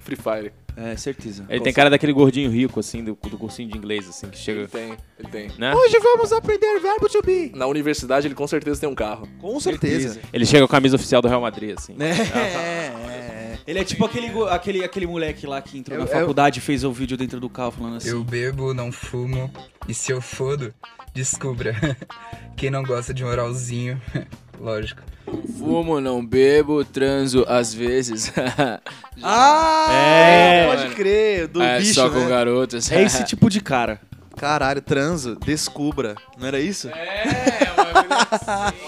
Speaker 2: Free Fire.
Speaker 4: É, certeza.
Speaker 1: Ele tem cara daquele gordinho rico, assim, do, do cursinho de inglês, assim, que
Speaker 2: Ele
Speaker 1: chega.
Speaker 2: tem, ele tem.
Speaker 1: Né?
Speaker 5: Hoje vamos aprender verbo to be.
Speaker 2: Na universidade ele com certeza tem um carro.
Speaker 5: Com certeza.
Speaker 1: Ele chega com a camisa oficial do Real Madrid, assim.
Speaker 5: É, é, é.
Speaker 4: Ele é tipo aquele, go- aquele, aquele moleque lá que entrou
Speaker 8: Eu-
Speaker 4: na
Speaker 8: eu-
Speaker 4: faculdade e fez o vídeo dentro do carro falando assim.
Speaker 8: Eu bebo, não fumo e se eu fodo, descubra. Quem não gosta de um oralzinho, lógico.
Speaker 3: Fumo, não bebo, transo às vezes.
Speaker 5: Ah,
Speaker 1: É,
Speaker 5: pode
Speaker 3: mano.
Speaker 5: crer, do
Speaker 3: é,
Speaker 5: bicho,
Speaker 3: só com assim.
Speaker 5: né?
Speaker 3: garotas.
Speaker 4: É esse tipo de cara.
Speaker 5: Caralho, transo, descubra. Não era isso?
Speaker 3: É, mano.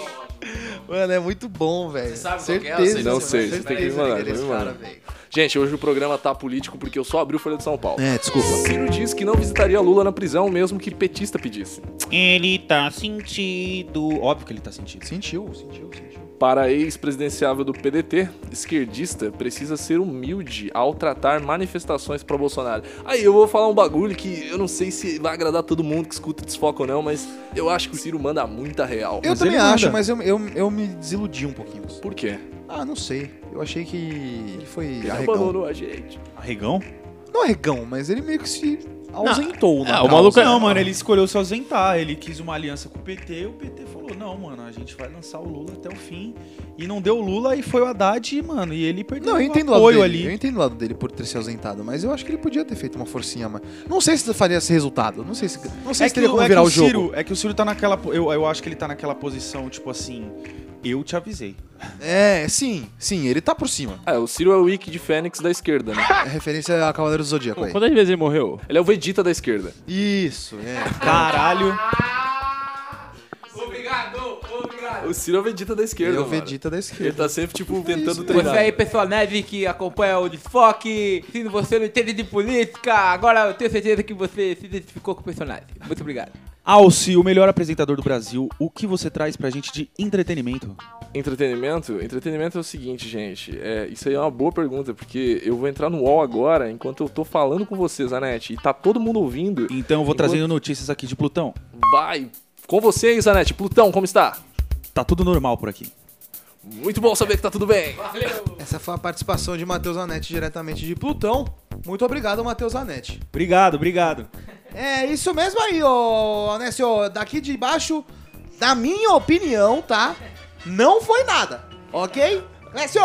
Speaker 5: Mano, é muito bom, velho. Você
Speaker 3: sabe qual que é?
Speaker 5: certeza,
Speaker 3: Você-
Speaker 2: Não sei, você
Speaker 5: certeza
Speaker 2: tem que me mandar,
Speaker 5: que eles
Speaker 2: me manda.
Speaker 5: cara, velho.
Speaker 2: Gente, hoje o programa tá político porque eu só abri o Folha de São Paulo.
Speaker 5: É, desculpa.
Speaker 2: Ciro diz que não visitaria Lula na prisão, mesmo que petista pedisse.
Speaker 4: Ele tá sentido. Óbvio que ele tá sentido.
Speaker 5: Sentiu, sentiu, sentiu.
Speaker 2: Para a ex-presidenciável do PDT, esquerdista precisa ser humilde ao tratar manifestações para Bolsonaro. Aí eu vou falar um bagulho que eu não sei se vai agradar todo mundo que escuta desfoca ou não, mas eu acho que o Ciro manda muita real.
Speaker 5: Eu
Speaker 4: Mas
Speaker 5: também
Speaker 4: ele manda.
Speaker 5: acho, mas eu, eu, eu me desiludi um pouquinho.
Speaker 2: Por quê?
Speaker 5: Ah, não sei. Eu achei que ele foi
Speaker 2: Ele
Speaker 5: arregão.
Speaker 2: abandonou a gente.
Speaker 4: Arregão?
Speaker 5: Não arregão, mas ele meio que se ausentou, né?
Speaker 1: Ah, o maluco é-
Speaker 4: Não, mano, ele escolheu se ausentar. Ele quis uma aliança com o PT. O PT falou: não, mano, a gente vai lançar o Lula até o fim. E não deu o Lula e foi o Haddad, mano. E ele perdeu
Speaker 5: Não, eu
Speaker 4: o
Speaker 5: entendo o lado
Speaker 4: um apoio
Speaker 5: dele.
Speaker 4: ali.
Speaker 5: Eu entendo o lado dele por ter se ausentado, mas eu acho que ele podia ter feito uma forcinha, mas não sei se faria esse resultado. Não sei se, não sei se teria como
Speaker 4: é
Speaker 5: virar o, jogo.
Speaker 4: Ciro, é que o Ciro tá naquela. po- Eu, eu acho que ele tá naquela posição, tipo assim. Eu te avisei.
Speaker 5: É, sim, sim, ele tá por cima.
Speaker 2: Ah, o Ciro é o Wiki de Fênix da esquerda, né?
Speaker 5: É referência a Cavaleiro do Zodíaco aí.
Speaker 1: Quantas vezes ele morreu?
Speaker 2: Ele é o Vegeta da esquerda.
Speaker 5: Isso, é.
Speaker 4: Caralho.
Speaker 3: Obrigado, obrigado.
Speaker 2: O Ciro é o Vegeta da esquerda.
Speaker 5: Ele é o
Speaker 2: mano.
Speaker 5: Vegeta da
Speaker 2: Ele
Speaker 5: esquerda.
Speaker 2: tá sempre, tipo, tentando
Speaker 3: Você
Speaker 2: treinar.
Speaker 3: aí, pessoal neve que acompanha o Desfoque. Se você não entende de política, agora eu tenho certeza que você se identificou com o personagem. Muito obrigado.
Speaker 4: Alci, o melhor apresentador do Brasil, o que você traz pra gente de entretenimento?
Speaker 2: Entretenimento? Entretenimento é o seguinte, gente. É, isso aí é uma boa pergunta, porque eu vou entrar no UOL agora enquanto eu tô falando com vocês, Anete. E tá todo mundo ouvindo.
Speaker 4: Então eu vou trazendo notícias aqui de Plutão.
Speaker 2: Vai! Com vocês, Anete. Plutão, como está?
Speaker 4: Tá tudo normal por aqui.
Speaker 2: Muito bom saber que tá tudo bem.
Speaker 5: Essa foi a participação de Matheus Anete diretamente de Plutão. Muito obrigado, Matheus Anete.
Speaker 4: Obrigado, obrigado.
Speaker 5: É isso mesmo aí, ô Anécio. Daqui de baixo, na minha opinião, tá? Não foi nada, ok? Anécio,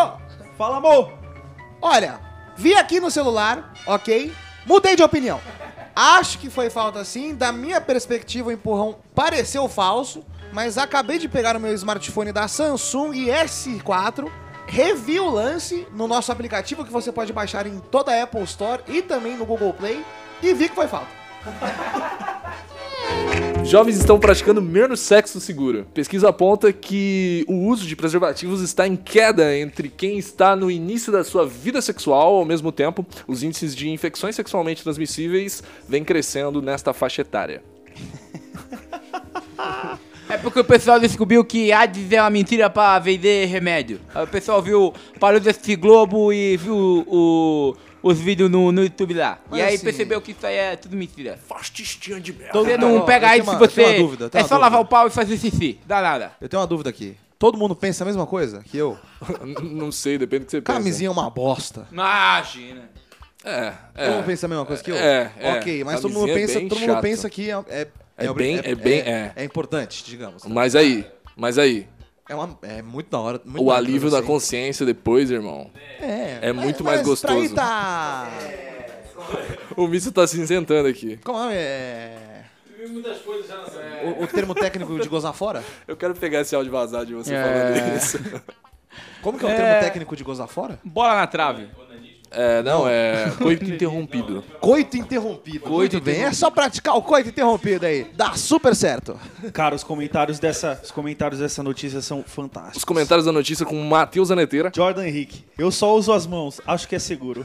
Speaker 4: Fala, amor!
Speaker 5: olha, vi aqui no celular, ok? Mudei de opinião. Acho que foi falta sim. Da minha perspectiva, o empurrão pareceu falso, mas acabei de pegar o meu smartphone da Samsung S4. Revi o lance no nosso aplicativo que você pode baixar em toda a Apple Store e também no Google Play e vi que foi falta.
Speaker 2: Jovens estão praticando menos sexo seguro. Pesquisa aponta que o uso de preservativos está em queda entre quem está no início da sua vida sexual, ao mesmo tempo, os índices de infecções sexualmente transmissíveis vêm crescendo nesta faixa etária.
Speaker 3: É porque o pessoal descobriu que AIDS é uma mentira pra vender remédio. Aí o pessoal viu, parou desse Globo e viu o- os vídeos no, no YouTube lá.
Speaker 5: Mas
Speaker 3: e aí
Speaker 5: assim-
Speaker 3: percebeu que isso aí é tudo mentira.
Speaker 2: Fastistinha de merda.
Speaker 5: Todo
Speaker 3: Você
Speaker 5: mundo-
Speaker 3: não pega
Speaker 5: eu tenho
Speaker 3: AIDS se
Speaker 5: uma- eu
Speaker 3: você.
Speaker 5: tenho uma dúvida, eu tenho
Speaker 3: é
Speaker 5: uma
Speaker 3: só lavar o
Speaker 5: dúvida.
Speaker 3: pau e fazer xixi. Dá nada.
Speaker 5: Eu tenho uma dúvida aqui. Todo mundo pensa a mesma coisa que eu?
Speaker 2: Não sei, depende do que você pensa.
Speaker 5: Camisinha é uma bosta.
Speaker 3: Imagina.
Speaker 2: É,
Speaker 5: Todo mundo
Speaker 2: é.
Speaker 5: pensa a mesma coisa que eu?
Speaker 2: É, é.
Speaker 5: Ok, mas todo mundo
Speaker 2: Camisinha é
Speaker 5: pensa,
Speaker 2: bem
Speaker 5: todo mundo
Speaker 2: chato.
Speaker 5: pensa que é é,
Speaker 2: É
Speaker 5: obri-
Speaker 2: bem- é bem- é.
Speaker 5: é importante, digamos.
Speaker 2: Mas aí, mas aí,
Speaker 5: É, uma- é muito da hora. muito
Speaker 2: o
Speaker 5: da hora
Speaker 2: alívio
Speaker 5: fazer
Speaker 2: da
Speaker 5: isso aí.
Speaker 2: consciência depois, irmão.
Speaker 5: É,
Speaker 2: é muito mais
Speaker 5: mas pra aí
Speaker 2: gostoso.
Speaker 5: tá...
Speaker 2: O Mício tá se isentando aqui.
Speaker 5: Como é? O, o termo técnico de gozar fora?
Speaker 2: Eu quero pegar esse áudio vazado de você falando isso.
Speaker 5: Como que é o termo técnico de gozar fora?
Speaker 3: Bola na trave.
Speaker 2: É, não, é coito interrompido.
Speaker 5: Coito interrompido. Coito muito bem, é só praticar o coito interrompido aí. Dá super certo.
Speaker 4: Cara, os comentários dessa, os comentários dessa notícia são fantásticos.
Speaker 2: Os comentários da notícia com o Matheus Aneteira.
Speaker 4: Jordan Henrique, eu só uso as mãos, acho que é seguro.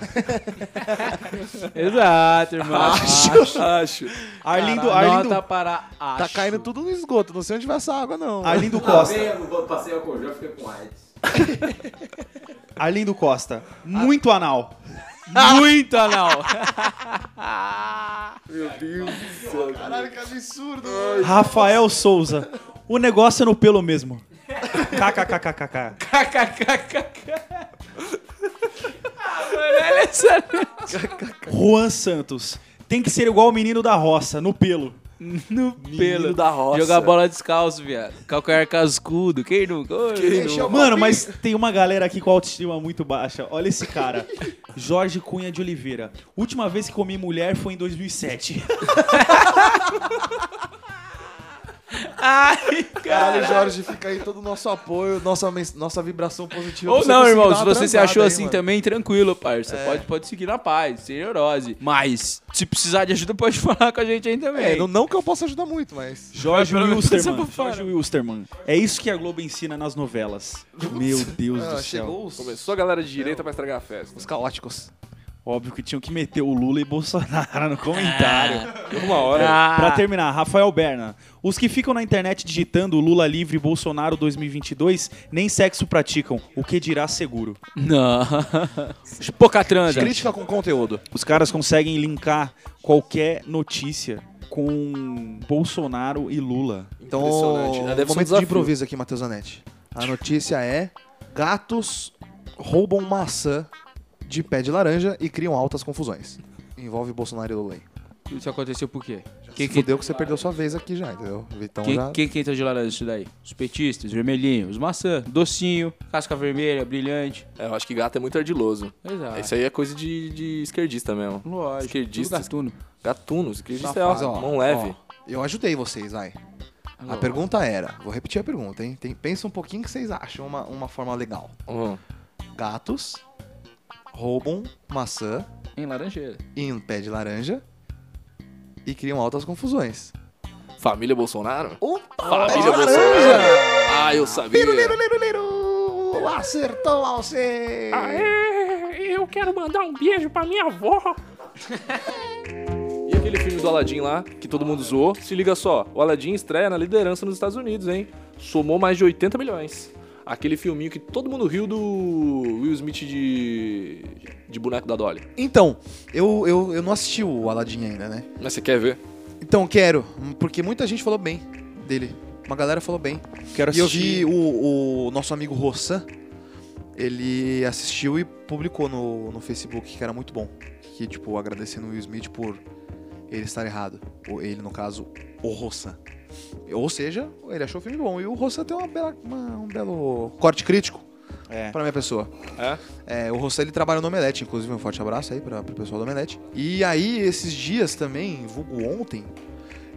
Speaker 3: Exato, irmão.
Speaker 2: Acho.
Speaker 4: Arlindo, Arlindo,
Speaker 3: Ah, Nota para
Speaker 5: Tá caindo tudo no esgoto, não sei onde vai essa água não.
Speaker 4: Arlindo Costa,
Speaker 3: Passei a cor, já fiquei com AIDS.
Speaker 4: Arlindo Costa, muito anal. Muito anal.
Speaker 5: Caralho, que absurdo.
Speaker 4: Rafael Souza. O negócio é no pelo mesmo. KKKKKK. Juan Santos. Tem que ser igual o menino da roça, no pelo.
Speaker 3: No
Speaker 2: Menino da roça.
Speaker 3: Jogar bola descalço, viado. Calcanhar cascudo. Quem nunca? Ô,
Speaker 5: Encheu o
Speaker 4: Mano,
Speaker 5: palpite.
Speaker 4: mas tem uma galera aqui com autoestima muito baixa. Olha esse cara. Jorge Cunha de Oliveira. Última vez que comi mulher foi em 2007.
Speaker 5: Caralho, Jorge, fica aí todo o nosso apoio, nossa, mens- nossa vibração positiva.
Speaker 3: Ou
Speaker 5: pra você
Speaker 3: não,
Speaker 5: conseguir
Speaker 3: irmão,
Speaker 5: dar
Speaker 3: se
Speaker 5: uma
Speaker 3: você se
Speaker 5: transada
Speaker 3: achou
Speaker 5: aí,
Speaker 3: assim
Speaker 5: mano.
Speaker 3: também, tranquilo, parça. Pode, pode seguir na paz, sem neurose. Mas, se precisar de ajuda, pode falar com a gente aí também.
Speaker 5: É, não, não que eu possa ajudar muito, mas.
Speaker 4: Jorge
Speaker 3: Pelo menos você
Speaker 4: Wilstermann.
Speaker 3: não fala.
Speaker 4: Jorge Wilstermann. É isso que a Globo ensina nas novelas. Meu Deus
Speaker 5: Ah,
Speaker 4: do céu.
Speaker 5: chegou os,
Speaker 2: Começou a galera de direita pra estragar a festa.
Speaker 5: os caóticos.
Speaker 4: Óbvio que tinham que meter o Lula e Bolsonaro no comentário.
Speaker 2: Uma
Speaker 1: É.
Speaker 2: hora.
Speaker 3: Ah.
Speaker 4: Pra terminar, Rafael Berna. Os que ficam na internet digitando Lula livre e Bolsonaro 2022 nem sexo praticam, o que dirá seguro.
Speaker 3: Não. Pouca transa.
Speaker 5: Crítica com conteúdo.
Speaker 4: Os caras conseguem linkar qualquer notícia com Bolsonaro e Lula.
Speaker 5: Então,
Speaker 2: Impressionante, né? Deve ser um
Speaker 5: momento de
Speaker 2: desafio.
Speaker 5: improviso aqui, Matheus Zanetti. A notícia é: gatos roubam maçã de pé de laranja e criam altas confusões. Envolve Bolsonaro e Lula.
Speaker 3: Isso aconteceu por quê?
Speaker 5: Que,
Speaker 3: Quem
Speaker 5: que
Speaker 3: que,
Speaker 5: deu que você perdeu sua vez aqui já, entendeu? Vitão
Speaker 3: quem,
Speaker 5: já.
Speaker 3: quem que entra de laranja isso daí? Os petistas, vermelhinho, os maçã, docinho, casca vermelha, brilhante.
Speaker 2: É, eu acho que gato é muito ardiloso.
Speaker 3: Exato.
Speaker 2: Isso aí é coisa de, de esquerdista mesmo.
Speaker 3: Lógico.
Speaker 2: Esquerdista.
Speaker 3: tudo gatuno.
Speaker 2: Gatuno, esquerdista é
Speaker 5: Safado,
Speaker 2: uma
Speaker 5: ó,
Speaker 2: mão leve.
Speaker 5: Eu ajudei vocês, vai. A
Speaker 3: Alô.
Speaker 5: pergunta era: vou repetir a pergunta, hein? Tem- pensa um pouquinho que vocês acham uma, uma forma legal.
Speaker 2: Uhum.
Speaker 5: Gatos roubam maçã
Speaker 3: Em laranjeira.
Speaker 5: em pé de laranja e criam altas confusões.
Speaker 2: Família Bolsonaro?
Speaker 5: Opa!
Speaker 2: Família
Speaker 5: pé de
Speaker 2: Bolsonaro.
Speaker 5: laranja!
Speaker 2: Ah, eu sabia.
Speaker 5: Liru, acertou você!
Speaker 7: É, Eu quero mandar um beijo pra minha avó.
Speaker 2: E aquele filme do Aladdin lá, que todo mundo zoou, se liga só, o Aladdin estreia na liderança nos Estados Unidos, hein? Somou mais de 80 milhões. Aquele filminho que todo mundo riu do Will Smith de. de boneco da Dolly.
Speaker 5: Então, eu, eu, eu não assisti o Aladdin ainda, né?
Speaker 2: Mas você quer ver?
Speaker 5: Então, quero, porque muita gente falou bem dele. Uma galera falou bem.
Speaker 4: Quero
Speaker 5: E eu
Speaker 4: assistir.
Speaker 5: vi um- o, o nosso amigo Rossan, ele assistiu e publicou no, no Facebook que era muito bom. Que, tipo, agradecendo o Will Smith por ele estar errado. Ou ele, no caso, o Rossan. Ou seja, ele achou o filme bom. E o Rossan tem uma bela- uma- um belo corte crítico
Speaker 4: É.
Speaker 5: pra minha pessoa.
Speaker 2: É?
Speaker 5: É, o Rossan ele trabalha no Omelete, inclusive um forte abraço aí pra, pro pessoal do Omelete. E aí, esses dias também, vulgo ontem,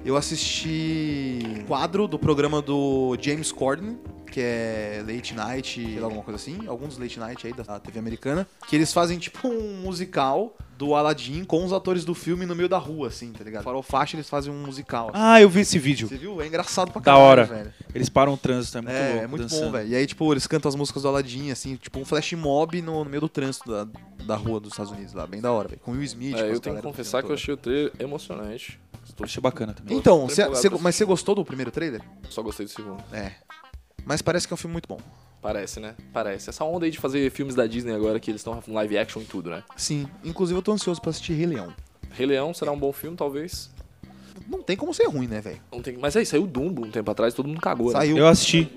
Speaker 5: eu assisti um quadro do programa do James Corden, que é Late Night, sei lá, alguma coisa assim, alguns Late Night aí da TV americana, que eles fazem tipo um musical do Aladdin com os atores do filme no meio da rua, assim, tá ligado? Farol faixa, eles fazem um musical. assim.
Speaker 4: Ah, eu vi esse vídeo.
Speaker 5: Você viu? É engraçado pra
Speaker 4: Da
Speaker 5: caralho,
Speaker 4: hora.
Speaker 5: velho.
Speaker 4: Eles param o trânsito, é muito
Speaker 5: É,
Speaker 4: louco.
Speaker 5: é muito
Speaker 4: dançando.
Speaker 5: bom, velho. E aí, tipo, eles cantam as músicas do Aladdin, assim, tipo um flash mob no, no meio do trânsito da, da rua dos Estados Unidos lá, bem da hora, velho. Com o Will Smith,
Speaker 2: É,
Speaker 5: com
Speaker 2: eu
Speaker 5: as
Speaker 2: tenho
Speaker 5: galera
Speaker 2: que
Speaker 5: do
Speaker 2: confessar que eu
Speaker 5: filme
Speaker 2: achei o trailer emocionante. Estou...
Speaker 4: Achei bacana também.
Speaker 5: todo. Então, cê-
Speaker 2: Tripulado
Speaker 5: cê-
Speaker 2: pra
Speaker 5: mas você gostou do primeiro trailer?
Speaker 2: Só gostei do segundo.
Speaker 5: É. Mas parece que é um filme muito bom.
Speaker 2: Parece, né? Parece. Essa onda aí de fazer filmes da Disney agora que eles estão com live action e tudo, né?
Speaker 5: Sim. Inclusive, eu tô ansioso pra assistir Rei Leão.
Speaker 2: Rei Leão será um bom filme, talvez.
Speaker 5: Não tem como ser ruim, né, velho?
Speaker 2: Não tem... Mas aí, saiu o Dumbo um tempo atrás, todo mundo cagou, né?
Speaker 5: Saiu.
Speaker 4: Eu assisti.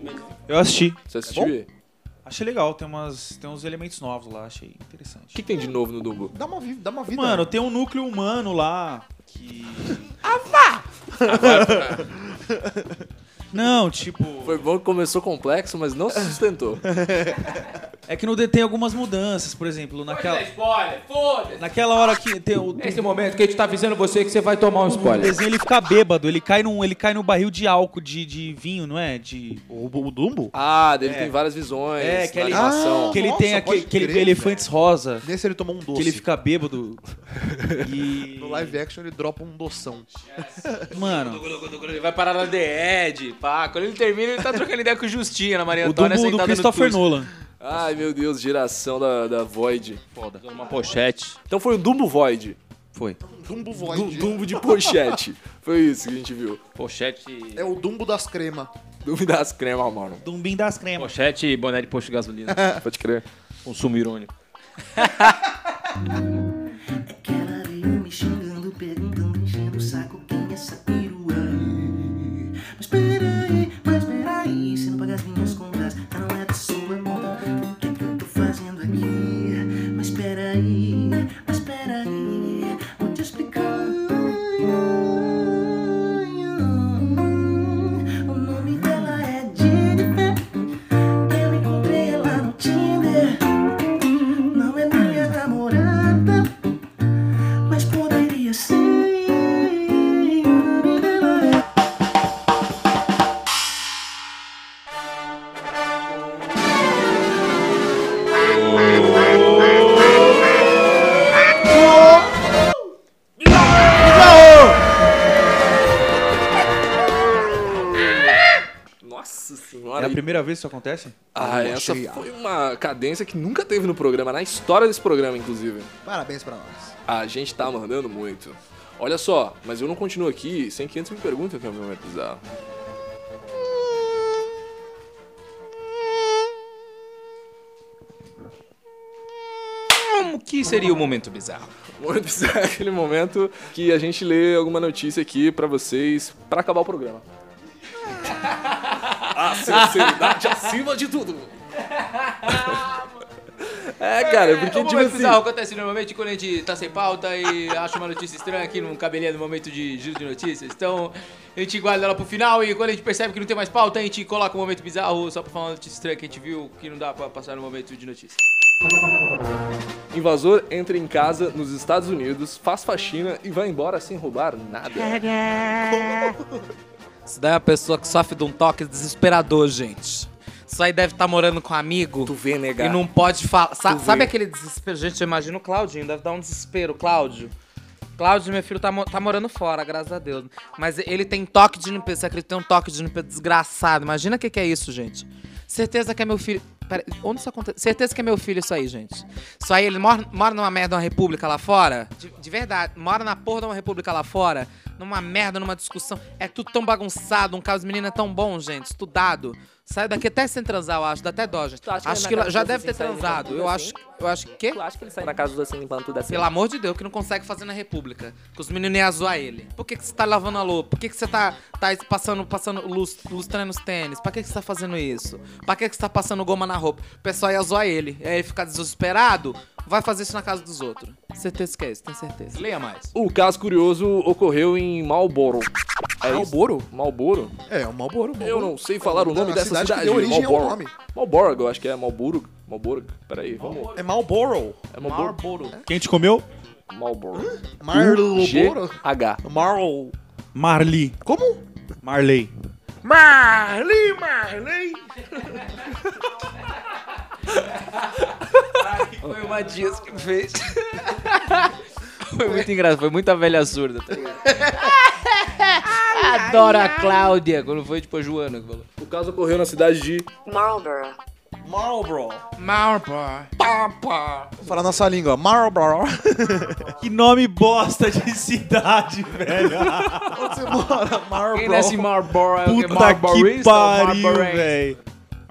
Speaker 4: Eu assisti.
Speaker 2: Você assistiu?
Speaker 5: bom?
Speaker 2: ele? O
Speaker 4: Achei legal, tem, umas, tem uns elementos novos lá, achei interessante.
Speaker 2: que que tem de novo no Dumbo?
Speaker 5: Dá uma, vi- dá uma vida.
Speaker 4: Mano, tem um núcleo humano lá que. Não, tipo.
Speaker 2: Foi bom que começou complexo, mas não se sustentou.
Speaker 4: É que no D tem algumas mudanças, por exemplo, naquela.
Speaker 3: Spoiler, foda-se.
Speaker 4: Naquela hora que tem o.
Speaker 3: Nesse momento que a gente tá avisando você que você vai tomar um
Speaker 4: O
Speaker 3: spoiler.
Speaker 4: desenho ele fica bêbado, ele cai num, ele cai num barril de álcool, de, de vinho, não é? De.
Speaker 5: O, o Dumbo?
Speaker 2: Ah, dele tem várias visões.
Speaker 4: É,
Speaker 2: É,
Speaker 4: que
Speaker 2: que
Speaker 4: ele-
Speaker 2: animação.
Speaker 4: que ele
Speaker 5: nossa,
Speaker 4: tem
Speaker 5: pode
Speaker 4: aquele, aquele
Speaker 5: crer,
Speaker 4: elefantes rosa,
Speaker 5: Nesse ele tomou um doce.
Speaker 4: que ele fica bêbado. E.
Speaker 5: No live action, ele dropa um doção.
Speaker 4: Mano,
Speaker 3: Ele vai parar na The Ed, pá. Quando ele termina, ele tá trocando ideia com o Justinho, na Maria
Speaker 4: o
Speaker 3: Antônia
Speaker 4: do, do
Speaker 3: sentada
Speaker 4: Christopher
Speaker 3: no
Speaker 4: Nolan.
Speaker 2: Ai, meu Deus, geração da, da Void.
Speaker 3: Foda. Uma pochete.
Speaker 2: Então foi um Dumbo Void.
Speaker 5: Dumbo
Speaker 2: Du-
Speaker 5: Void.
Speaker 2: Dumbo de pochete. foi isso que a gente viu.
Speaker 3: Pochete.
Speaker 5: É o Dumbo das cremas.
Speaker 2: Dumbo das cremas, mano.
Speaker 4: Dumbim das cremas.
Speaker 5: É,
Speaker 1: Um
Speaker 3: Pochete e boné de posto de gasolina.
Speaker 2: Pode crer.
Speaker 3: Consumo irônico.
Speaker 5: É
Speaker 4: primeira vez que isso acontece?
Speaker 2: Ah,
Speaker 5: Eu
Speaker 2: essa
Speaker 5: achei-
Speaker 2: foi uma cadência que nunca teve no programa, na história desse programa, inclusive.
Speaker 5: Parabéns pra nós.
Speaker 2: A gente tá mandando muito. Olha só, mas eu não continuo aqui sem que antes me perguntem o que é o meu momento bizarro.
Speaker 3: Como que seria o momento bizarro?
Speaker 2: O Momento bizarro é aquele momento que a gente lê alguma notícia aqui pra vocês pra acabar o programa. A sinceridade acima de tudo. É, cara, porque
Speaker 3: o
Speaker 2: tipo
Speaker 3: um momento
Speaker 2: assim...
Speaker 3: bizarro acontece normalmente quando a gente tá sem pauta e acha uma notícia estranha aqui num cabelinho no momento de giro de notícias. Então, a gente guarda ela pro final e quando a gente percebe que não tem mais pauta, a gente coloca um momento bizarro só pra falar uma notícia estranha que a gente viu que não dá pra passar no momento de notícia.
Speaker 2: Invasor entra em casa nos Estados Unidos, faz faxina e vai embora sem roubar nada.
Speaker 9: Isso daí é uma pessoa que sofre de um toque desesperador, gente. Isso aí deve estar morando com um amigo.
Speaker 2: Tu vê, né, nega.
Speaker 9: E não pode falar. Sa-
Speaker 2: vê.
Speaker 9: sabe aquele desespero? Gente, eu imagino o Claudinho, deve dar um desespero, Cláudio. Cláudio, meu filho, tá, mo- tá morando fora, graças a Deus. Mas ele tem toque de limpeza. Você acredita que tem um toque de limpeza desgraçado? Imagina o que, que é isso, gente. Certeza que é meu filho. Pera, onde isso acontece? Certeza que é meu filho isso aí, gente. Isso aí, ele mora, mora numa merda, numa república lá fora. De, de verdade, mora na porra de uma república lá fora. Numa merda, numa discussão. É tudo tão bagunçado, um caso de menina é tão bom, gente. Estudado. Saiu daqui até sem transar, eu acho. Dá até dó, gente.
Speaker 10: Tu acha que
Speaker 9: Acho
Speaker 10: ele
Speaker 9: que
Speaker 10: vai
Speaker 9: lá- já
Speaker 10: fazer
Speaker 9: deve ter
Speaker 10: assim, sair
Speaker 9: transado.
Speaker 10: limpando
Speaker 9: Eu
Speaker 10: tudo
Speaker 9: acho. Eu acho que.
Speaker 10: Tu acha que ele sai na casa dos assim, limpando tudo assim?
Speaker 9: Pelo amor de Deus, que não consegue fazer na República. Que os meninos iam zoar ele. Por que, que você tá lavando a louça? Por que, que você tá, tá passando, passando lus- lustrando nos tênis? Pra que, que você tá fazendo isso? Pra que, que você tá passando goma na roupa? O pessoal ia zoar ele. Aí ele ficar desesperado, vai fazer isso na casa dos outros. Certeza que é isso, tenho certeza.
Speaker 3: Leia mais.
Speaker 2: O caso curioso ocorreu em Malboro. É Malboro? Malboro?
Speaker 5: É, o Malboro.
Speaker 2: Eu não sei falar o nome
Speaker 5: A
Speaker 2: dessa
Speaker 5: é cidade
Speaker 2: cidade.
Speaker 5: que deu origem ao
Speaker 2: Marlboro.
Speaker 5: nome.
Speaker 2: Marlboro, eu acho que é Malboro. Malboro? Peraí, vamos.
Speaker 5: É Marlboro.
Speaker 2: É Malboro.
Speaker 4: Quem te comeu?
Speaker 2: Malboro.
Speaker 5: Marlboro?
Speaker 2: H.
Speaker 5: Marl.
Speaker 4: Marli.
Speaker 5: Como?
Speaker 4: Marley.
Speaker 7: Marley, Marley.
Speaker 3: Foi uma dias que fez. foi muito engraçado, foi muita velha surda, tá ligado? Adoro a Cláudia, quando foi tipo a Joana que falou.
Speaker 2: O caso ocorreu na cidade de.
Speaker 10: Marlboro.
Speaker 4: Marlboro.
Speaker 9: Malpa.
Speaker 5: Vou falar nossa língua. Marlboro.
Speaker 4: Que nome bosta de cidade, velho.
Speaker 5: Onde você mora? Marlboro.
Speaker 3: Quem nasce em Marlboro é o que?
Speaker 4: Puta que
Speaker 9: é
Speaker 3: Marlborista ou
Speaker 4: pariu,
Speaker 3: Marlborense?
Speaker 4: velho.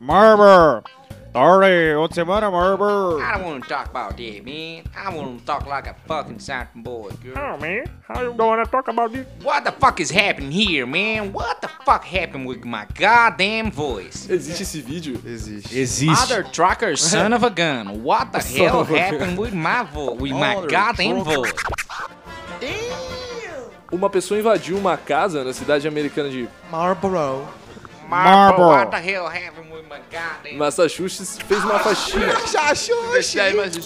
Speaker 4: Marlboro. Torre, outra semana, Marlboro.
Speaker 9: I don't wanna talk about it, man. I wanna talk like a fucking Saturn boy, girl.
Speaker 7: Oh, man. How you gonna talk about this?
Speaker 9: What the fuck is happening here, man? What the fuck happened with my goddamn voice?
Speaker 2: Existe esse vídeo?
Speaker 5: Existe.
Speaker 4: Existe.
Speaker 9: Mother trucker, son of a gun. What the hell happened with my voice? With my
Speaker 5: Mother
Speaker 9: goddamn voice.
Speaker 2: Uma pessoa invadiu uma casa na cidade americana de
Speaker 5: Marlboro.
Speaker 4: Marble.
Speaker 9: Marble. What the hell happened with my goddamn
Speaker 2: Massachusetts, fez uma faxina.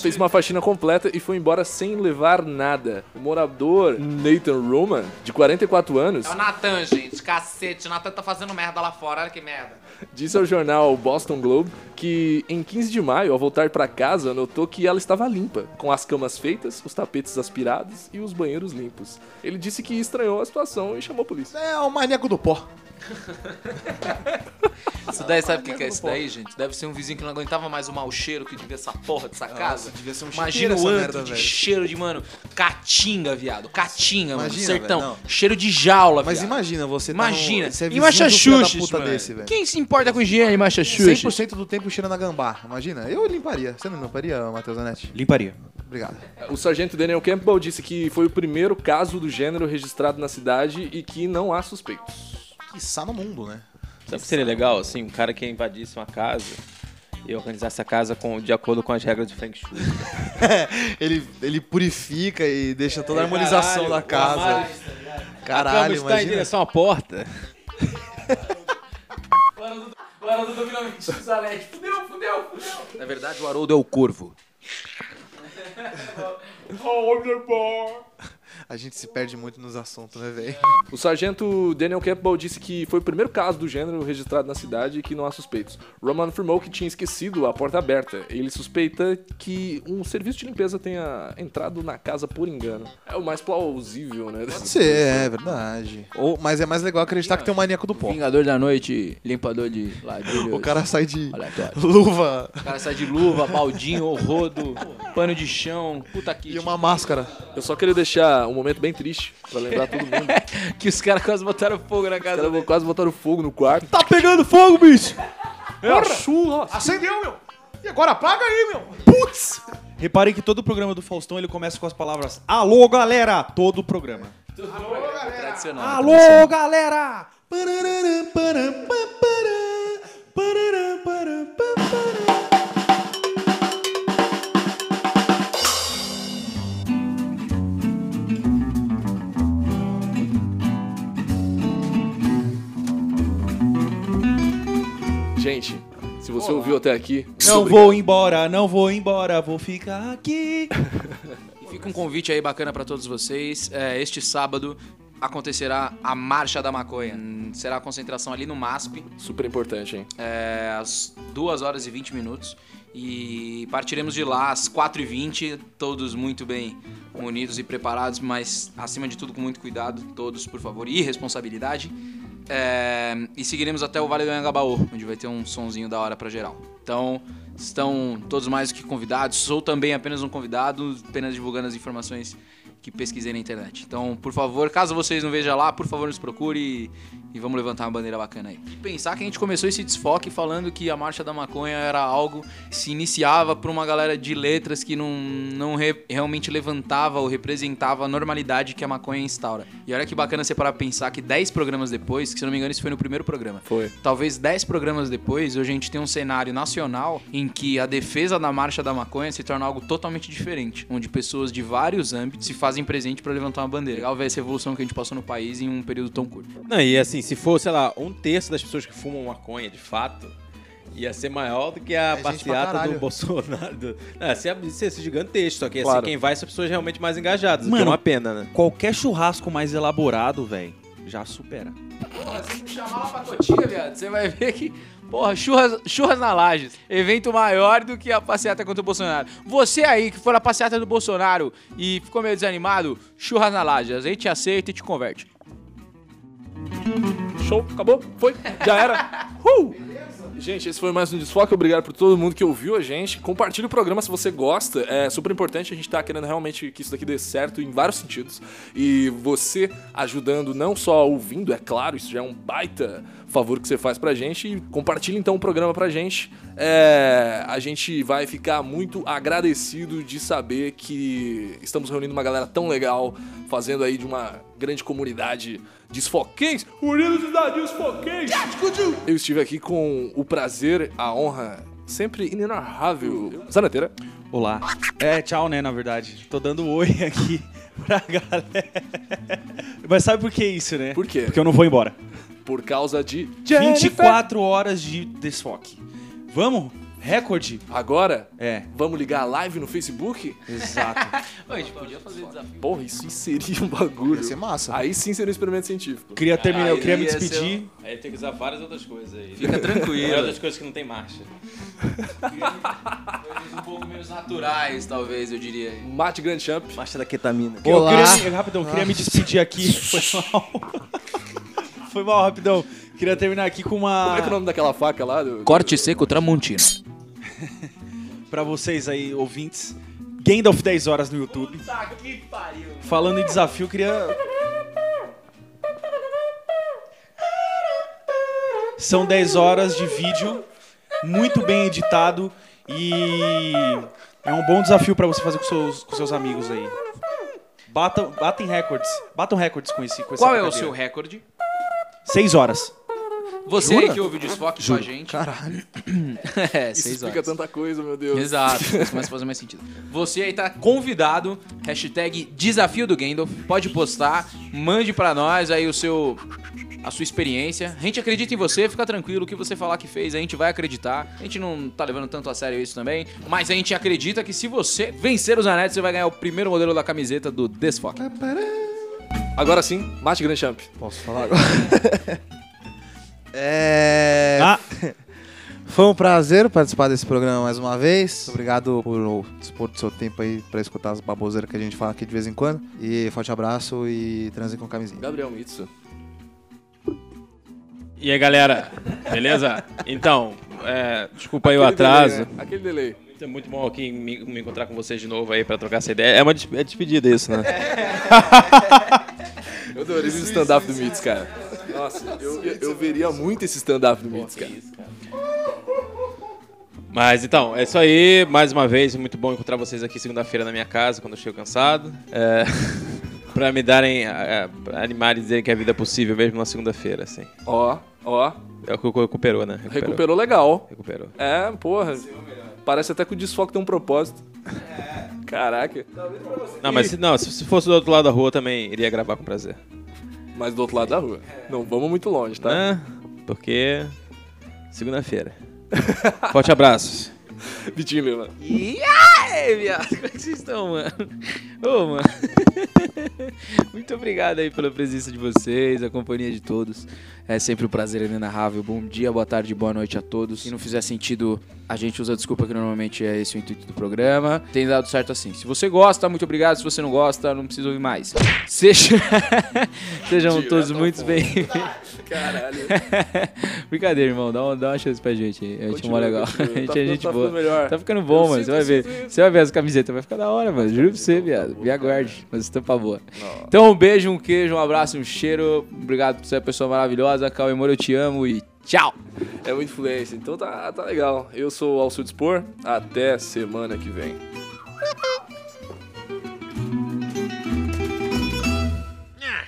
Speaker 2: Fez uma faxina completa e foi embora sem levar nada. O morador Nathan Roman, de 44 anos,
Speaker 5: um
Speaker 9: É o Natan, gente. Cacete, o Natan tá fazendo merda lá fora. Olha que merda.
Speaker 2: Disse ao jornal Boston Globe que em 15 de maio, ao voltar pra casa, notou que ela estava limpa, com as camas feitas, os tapetes aspirados e os banheiros limpos. Ele disse que estranhou a situação e chamou a polícia.
Speaker 5: É o maníaco do pó.
Speaker 3: Isso daí, sabe o que, que é isso daí, gente? Deve ser um vizinho que não aguentava mais o mau cheiro que devia essa porra dessa casa.
Speaker 5: devia ser um
Speaker 3: Imagina
Speaker 5: cheiro
Speaker 3: o
Speaker 5: essa
Speaker 3: antro
Speaker 5: merda,
Speaker 3: de
Speaker 5: velho.
Speaker 3: cheiro de, mano, caatinga, viado. Caatinga, mano,
Speaker 5: Imagina,
Speaker 3: sertão.
Speaker 5: velho, não.
Speaker 3: cheiro de jaula,
Speaker 5: Mas
Speaker 3: viado.
Speaker 5: imagina, você
Speaker 3: Imagina.
Speaker 5: tá no,
Speaker 3: e uma Xaxuxes,
Speaker 5: puta
Speaker 3: mano.
Speaker 5: desse, velho.
Speaker 3: Quem se importa com higiene, macha
Speaker 5: 100% do tempo cheirando a gambá. Imagina. Eu limparia. Você não limparia, Matheus Zanetti?
Speaker 4: Limparia.
Speaker 5: Obrigado.
Speaker 2: O sargento Daniel Campbell disse que foi o primeiro caso do gênero registrado na cidade e que não há suspeitos.
Speaker 5: Quiçá no mundo, né?
Speaker 1: Sabe o que seria legal, assim, um cara que invadisse uma casa e organizasse a casa com, de acordo com as regras do Feng Shui.
Speaker 5: ele, ele purifica e deixa toda a harmonização
Speaker 1: É, Caralho, é
Speaker 5: da
Speaker 1: o
Speaker 5: casa.
Speaker 1: armário- a cama
Speaker 5: Caralho,
Speaker 1: está em
Speaker 5: imagina.
Speaker 1: direção à porta.
Speaker 3: Na verdade, o Haroldo é o corvo.
Speaker 5: A gente se perde muito nos assuntos, né, velho?
Speaker 2: O sargento Daniel Campbell disse que foi o primeiro caso do gênero registrado na cidade e que não há suspeitos. Roman afirmou que tinha esquecido a porta aberta. Ele suspeita que um serviço de limpeza tenha entrado na casa por engano. É o mais plausível, né?
Speaker 5: Pode ser, é verdade. Ou, mas é mais legal acreditar que tem um maníaco do pó.
Speaker 3: Vingador da noite, limpador de ladrilhos.
Speaker 5: O cara sai de
Speaker 3: Aleatório.
Speaker 5: luva
Speaker 3: O cara sai de luva, baldinho, rodo, pano de chão, puta que.
Speaker 5: e uma máscara.
Speaker 2: Eu só queria deixar um momento bem triste pra lembrar todo mundo.
Speaker 3: Que os caras quase botaram fogo na
Speaker 2: Os
Speaker 3: casa.
Speaker 2: caras quase botaram fogo no quarto.
Speaker 4: Tá pegando fogo, bicho!
Speaker 2: É a churra!
Speaker 5: Acendeu, meu! E agora apaga aí, meu!
Speaker 4: Reparem que todo o programa do Faustão ele começa com as palavras Alô, galera! Todo o programa.
Speaker 3: Tradicional.
Speaker 4: Alô, galera! Pararam, pararam, pam, pararam, pararam, pararam, pam, pararam.
Speaker 2: Gente, se você ouviu até aqui,
Speaker 4: Não vou embora, não vou embora, vou ficar aqui.
Speaker 3: E fica um convite aí bacana pra todos vocês. É, este sábado acontecerá a Marcha da Maconha. Hum, Será a concentração ali no MASP,
Speaker 2: super importante, hein?
Speaker 3: é, às 2 horas e 20 minutos. E partiremos de lá às 4h20, todos muito bem unidos e preparados, mas acima de tudo com muito cuidado, todos, por favor, e responsabilidade. É, e seguiremos até o Vale do Anhangabaú, onde vai ter um sonzinho da hora pra geral. Então, estão todos mais do que convidados. Sou também apenas um convidado, apenas divulgando as informações que pesquisei na internet. Então, por favor, caso vocês não vejam lá, por favor, nos procure e, e vamos levantar uma bandeira bacana aí. E pensar que a gente começou esse desfoque falando que a Marcha da Maconha era algo que se iniciava por uma galera de letras que não, não re- realmente levantava ou representava a normalidade que a maconha instaura. E olha que bacana você parar pra pensar que 10 programas depois, que se eu não me engano isso foi no primeiro programa,
Speaker 2: Foi.
Speaker 3: Talvez 10 programas depois, hoje a gente tem um cenário nacional em que a defesa da marcha da maconha se torna algo totalmente diferente, onde pessoas de vários âmbitos se fazem presente pra levantar uma bandeira. Legal ver essa evolução que a gente passou no país em um período tão curto.
Speaker 1: Não, e assim, se for, sei lá, um terço das pessoas que fumam maconha, de fato, ia ser maior do que
Speaker 5: É
Speaker 1: a
Speaker 5: gente pra
Speaker 1: passeata
Speaker 5: caralho.
Speaker 1: do Bolsonaro. do- Não, ia ser, ia ser gigantesco, só que ia
Speaker 2: Claro.
Speaker 1: ser quem vai são pessoas realmente mais engajadas, o que é
Speaker 4: Mano.
Speaker 1: uma pena, né?
Speaker 4: Qualquer churrasco mais elaborado, velho, já supera.
Speaker 3: Se chamar uma pacotinha, viado, você vai ver que. Porra, churras, churras na laje. Evento maior do que a passeata contra o Bolsonaro. Você aí que foi na passeata do Bolsonaro e ficou meio desanimado, churras na laje. A gente aceita e te converte.
Speaker 2: Show, acabou, foi, já era. Uh! Gente, esse foi mais um Desfoque. Obrigado por todo mundo que ouviu a gente. Compartilhe o programa se você gosta. É super importante. A gente tá querendo realmente que isso daqui dê certo em vários sentidos. E você ajudando, não só ouvindo, é claro, isso já é um baita favor que você faz pra gente. E compartilhe então o programa pra gente. É, a gente vai ficar muito agradecido de saber que estamos reunindo uma galera tão legal, fazendo aí de uma grande comunidade desfoquense. Unidos da Desfoquense! Eu estive aqui com o prazer, a honra, sempre inenarrável. Zanateira.
Speaker 4: Olá. É, tchau, né, na verdade. Tô dando oi aqui pra galera. Mas sabe por que isso, né?
Speaker 2: Por quê?
Speaker 4: Porque eu não vou embora.
Speaker 2: Por causa de.
Speaker 4: 24 horas de desfoque. Vamos? Recorde?
Speaker 2: Agora,
Speaker 4: É,
Speaker 2: vamos ligar a live no Facebook?
Speaker 4: exato.
Speaker 3: A gente podia fazer desafio.
Speaker 2: Porra, isso seria um bagulho.
Speaker 5: Ia ser massa.
Speaker 2: Aí sim seria um experimento científico.
Speaker 4: Queria terminar, eu
Speaker 1: Aí
Speaker 4: queria me
Speaker 1: ia ser
Speaker 4: despedir.
Speaker 2: é
Speaker 1: um- Aí tem que usar várias outras coisas aí.
Speaker 3: Fica tranquilo.
Speaker 1: Várias outras coisas que não tem marcha.
Speaker 3: um pouco menos naturais, talvez, eu diria.
Speaker 2: Mate Grand Champ.
Speaker 1: Marcha da ketamina.
Speaker 4: Eu
Speaker 5: Olá.
Speaker 4: queria, me- é, rapidão, queria me despedir aqui. Foi mal. Foi mal, rapidão. Queria terminar aqui com
Speaker 2: Como é que é o
Speaker 4: uma.
Speaker 2: nome daquela faca lá? do-
Speaker 3: Corte seco Tramontino.
Speaker 4: Pra vocês aí, ouvintes. Gandalf 10 horas no YouTube. Puta que pariu. Falando em desafio, queria. São 10 horas de vídeo, muito bem editado e é um bom desafio pra você fazer com seus, com seus amigos aí. Batam, batem recordes. Batam recordes com esse com essa
Speaker 3: Qual é o
Speaker 4: brincadeira.
Speaker 3: seu recorde?
Speaker 4: 6 horas.
Speaker 3: Você aí que ouve o desfoque com a gente.
Speaker 5: Caralho.
Speaker 3: é,
Speaker 2: Isso
Speaker 3: seis
Speaker 2: explica
Speaker 3: horas.
Speaker 2: tanta coisa, meu Deus.
Speaker 3: Exato, isso começa a fazer mais sentido. Você aí tá convidado, hashtag desafio do Gandalf, pode postar, mande pra nós aí o seu a sua experiência. A gente acredita em você, fica tranquilo, o que você falar que fez, a gente vai acreditar. A gente não tá levando tanto a sério isso também, mas a gente acredita que se você vencer os anéis, você vai ganhar o primeiro modelo da camiseta do Desfoque.
Speaker 2: Agora sim, Mate Grand Champ.
Speaker 5: Posso falar agora? é. Foi um prazer participar desse programa mais uma vez. Obrigado por dispor do seu tempo aí pra escutar as baboseiras que a gente fala aqui de vez em quando. E forte abraço e transe com camisinha.
Speaker 2: Gabriel Mitsu.
Speaker 1: E aí, galera, beleza? Então, é, desculpa aí o atraso.
Speaker 2: Delay, né? Aquele delay.
Speaker 1: É muito bom aqui me, me encontrar com vocês de novo aí pra trocar essa ideia. É uma des- é despedida isso, né?
Speaker 2: Eu adorei esse stand-up do Mitsu, cara. Nossa, eu, eu, eu veria muito esse stand-up do Mitsu, cara.
Speaker 1: Mas então, é isso aí. Mais uma vez, muito bom encontrar vocês aqui segunda-feira na minha casa, quando eu chego cansado. É, pra me darem, é, pra animar e dizerem que a vida é possível mesmo na segunda-feira, assim.
Speaker 2: Ó, ó,
Speaker 1: É o que recuperou, né?
Speaker 2: recuperou legal.
Speaker 1: Recuperou.
Speaker 2: É, porra. Parece até que o desfoque tem um propósito. É. Caraca.
Speaker 1: Não, mas se, não, se- se fosse do outro lado da rua também iria gravar com prazer.
Speaker 2: Mas do outro lado da rua. Não vamos muito longe, tá?
Speaker 1: Né? Porque. Segunda-feira. Forte abraço.
Speaker 3: É.
Speaker 2: Vitinho Lima.
Speaker 9: E aí, viado, como é que vocês estão, mano?
Speaker 3: Ô, mano. Muito obrigado aí pela presença de vocês, a companhia de todos. É sempre um prazer inenarrável. Bom dia, boa tarde, boa noite a todos. Se não fizer sentido, a gente usa a desculpa que normalmente é esse o intuito do programa. Tem dado certo assim. Se você gosta, muito obrigado. Se você não gosta, não precisa ouvir mais. Seja... Sejam
Speaker 2: tá
Speaker 3: todos muito bem.
Speaker 2: Caralho.
Speaker 3: Brincadeira, irmão. Dá uma, dá uma chance pra gente aí. A gente é mó
Speaker 2: Continua,
Speaker 3: legal.
Speaker 2: continua.
Speaker 3: A gente
Speaker 2: Tá
Speaker 3: é
Speaker 2: ficando-
Speaker 3: gente
Speaker 2: tá
Speaker 3: boa.
Speaker 2: ficando melhor.
Speaker 3: Tá ficando bom,
Speaker 2: Eu
Speaker 3: mano. Você
Speaker 2: sinto,
Speaker 3: vai
Speaker 2: eu
Speaker 3: ver.
Speaker 2: sinto isso.
Speaker 3: Você vai ver as camisetas. Vai ficar da hora, mano. Juro pra você, viado. Me aguarde. Mas estampa boa. Então, um beijo, um queijo, um abraço, um cheiro. Obrigado por ser uma pessoa maravilhosa. Cauê Moro, eu te amo e tchau.
Speaker 2: É muito influência, então tá, tá legal. Eu sou o Alcio Dispor, até semana que vem.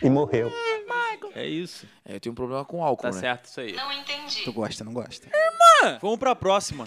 Speaker 11: E morreu.
Speaker 1: É isso.
Speaker 3: É, eu tenho um problema com álcool,
Speaker 1: Tá certo isso aí.
Speaker 5: Tu gosta, não gosta?
Speaker 4: Vamos pra próxima.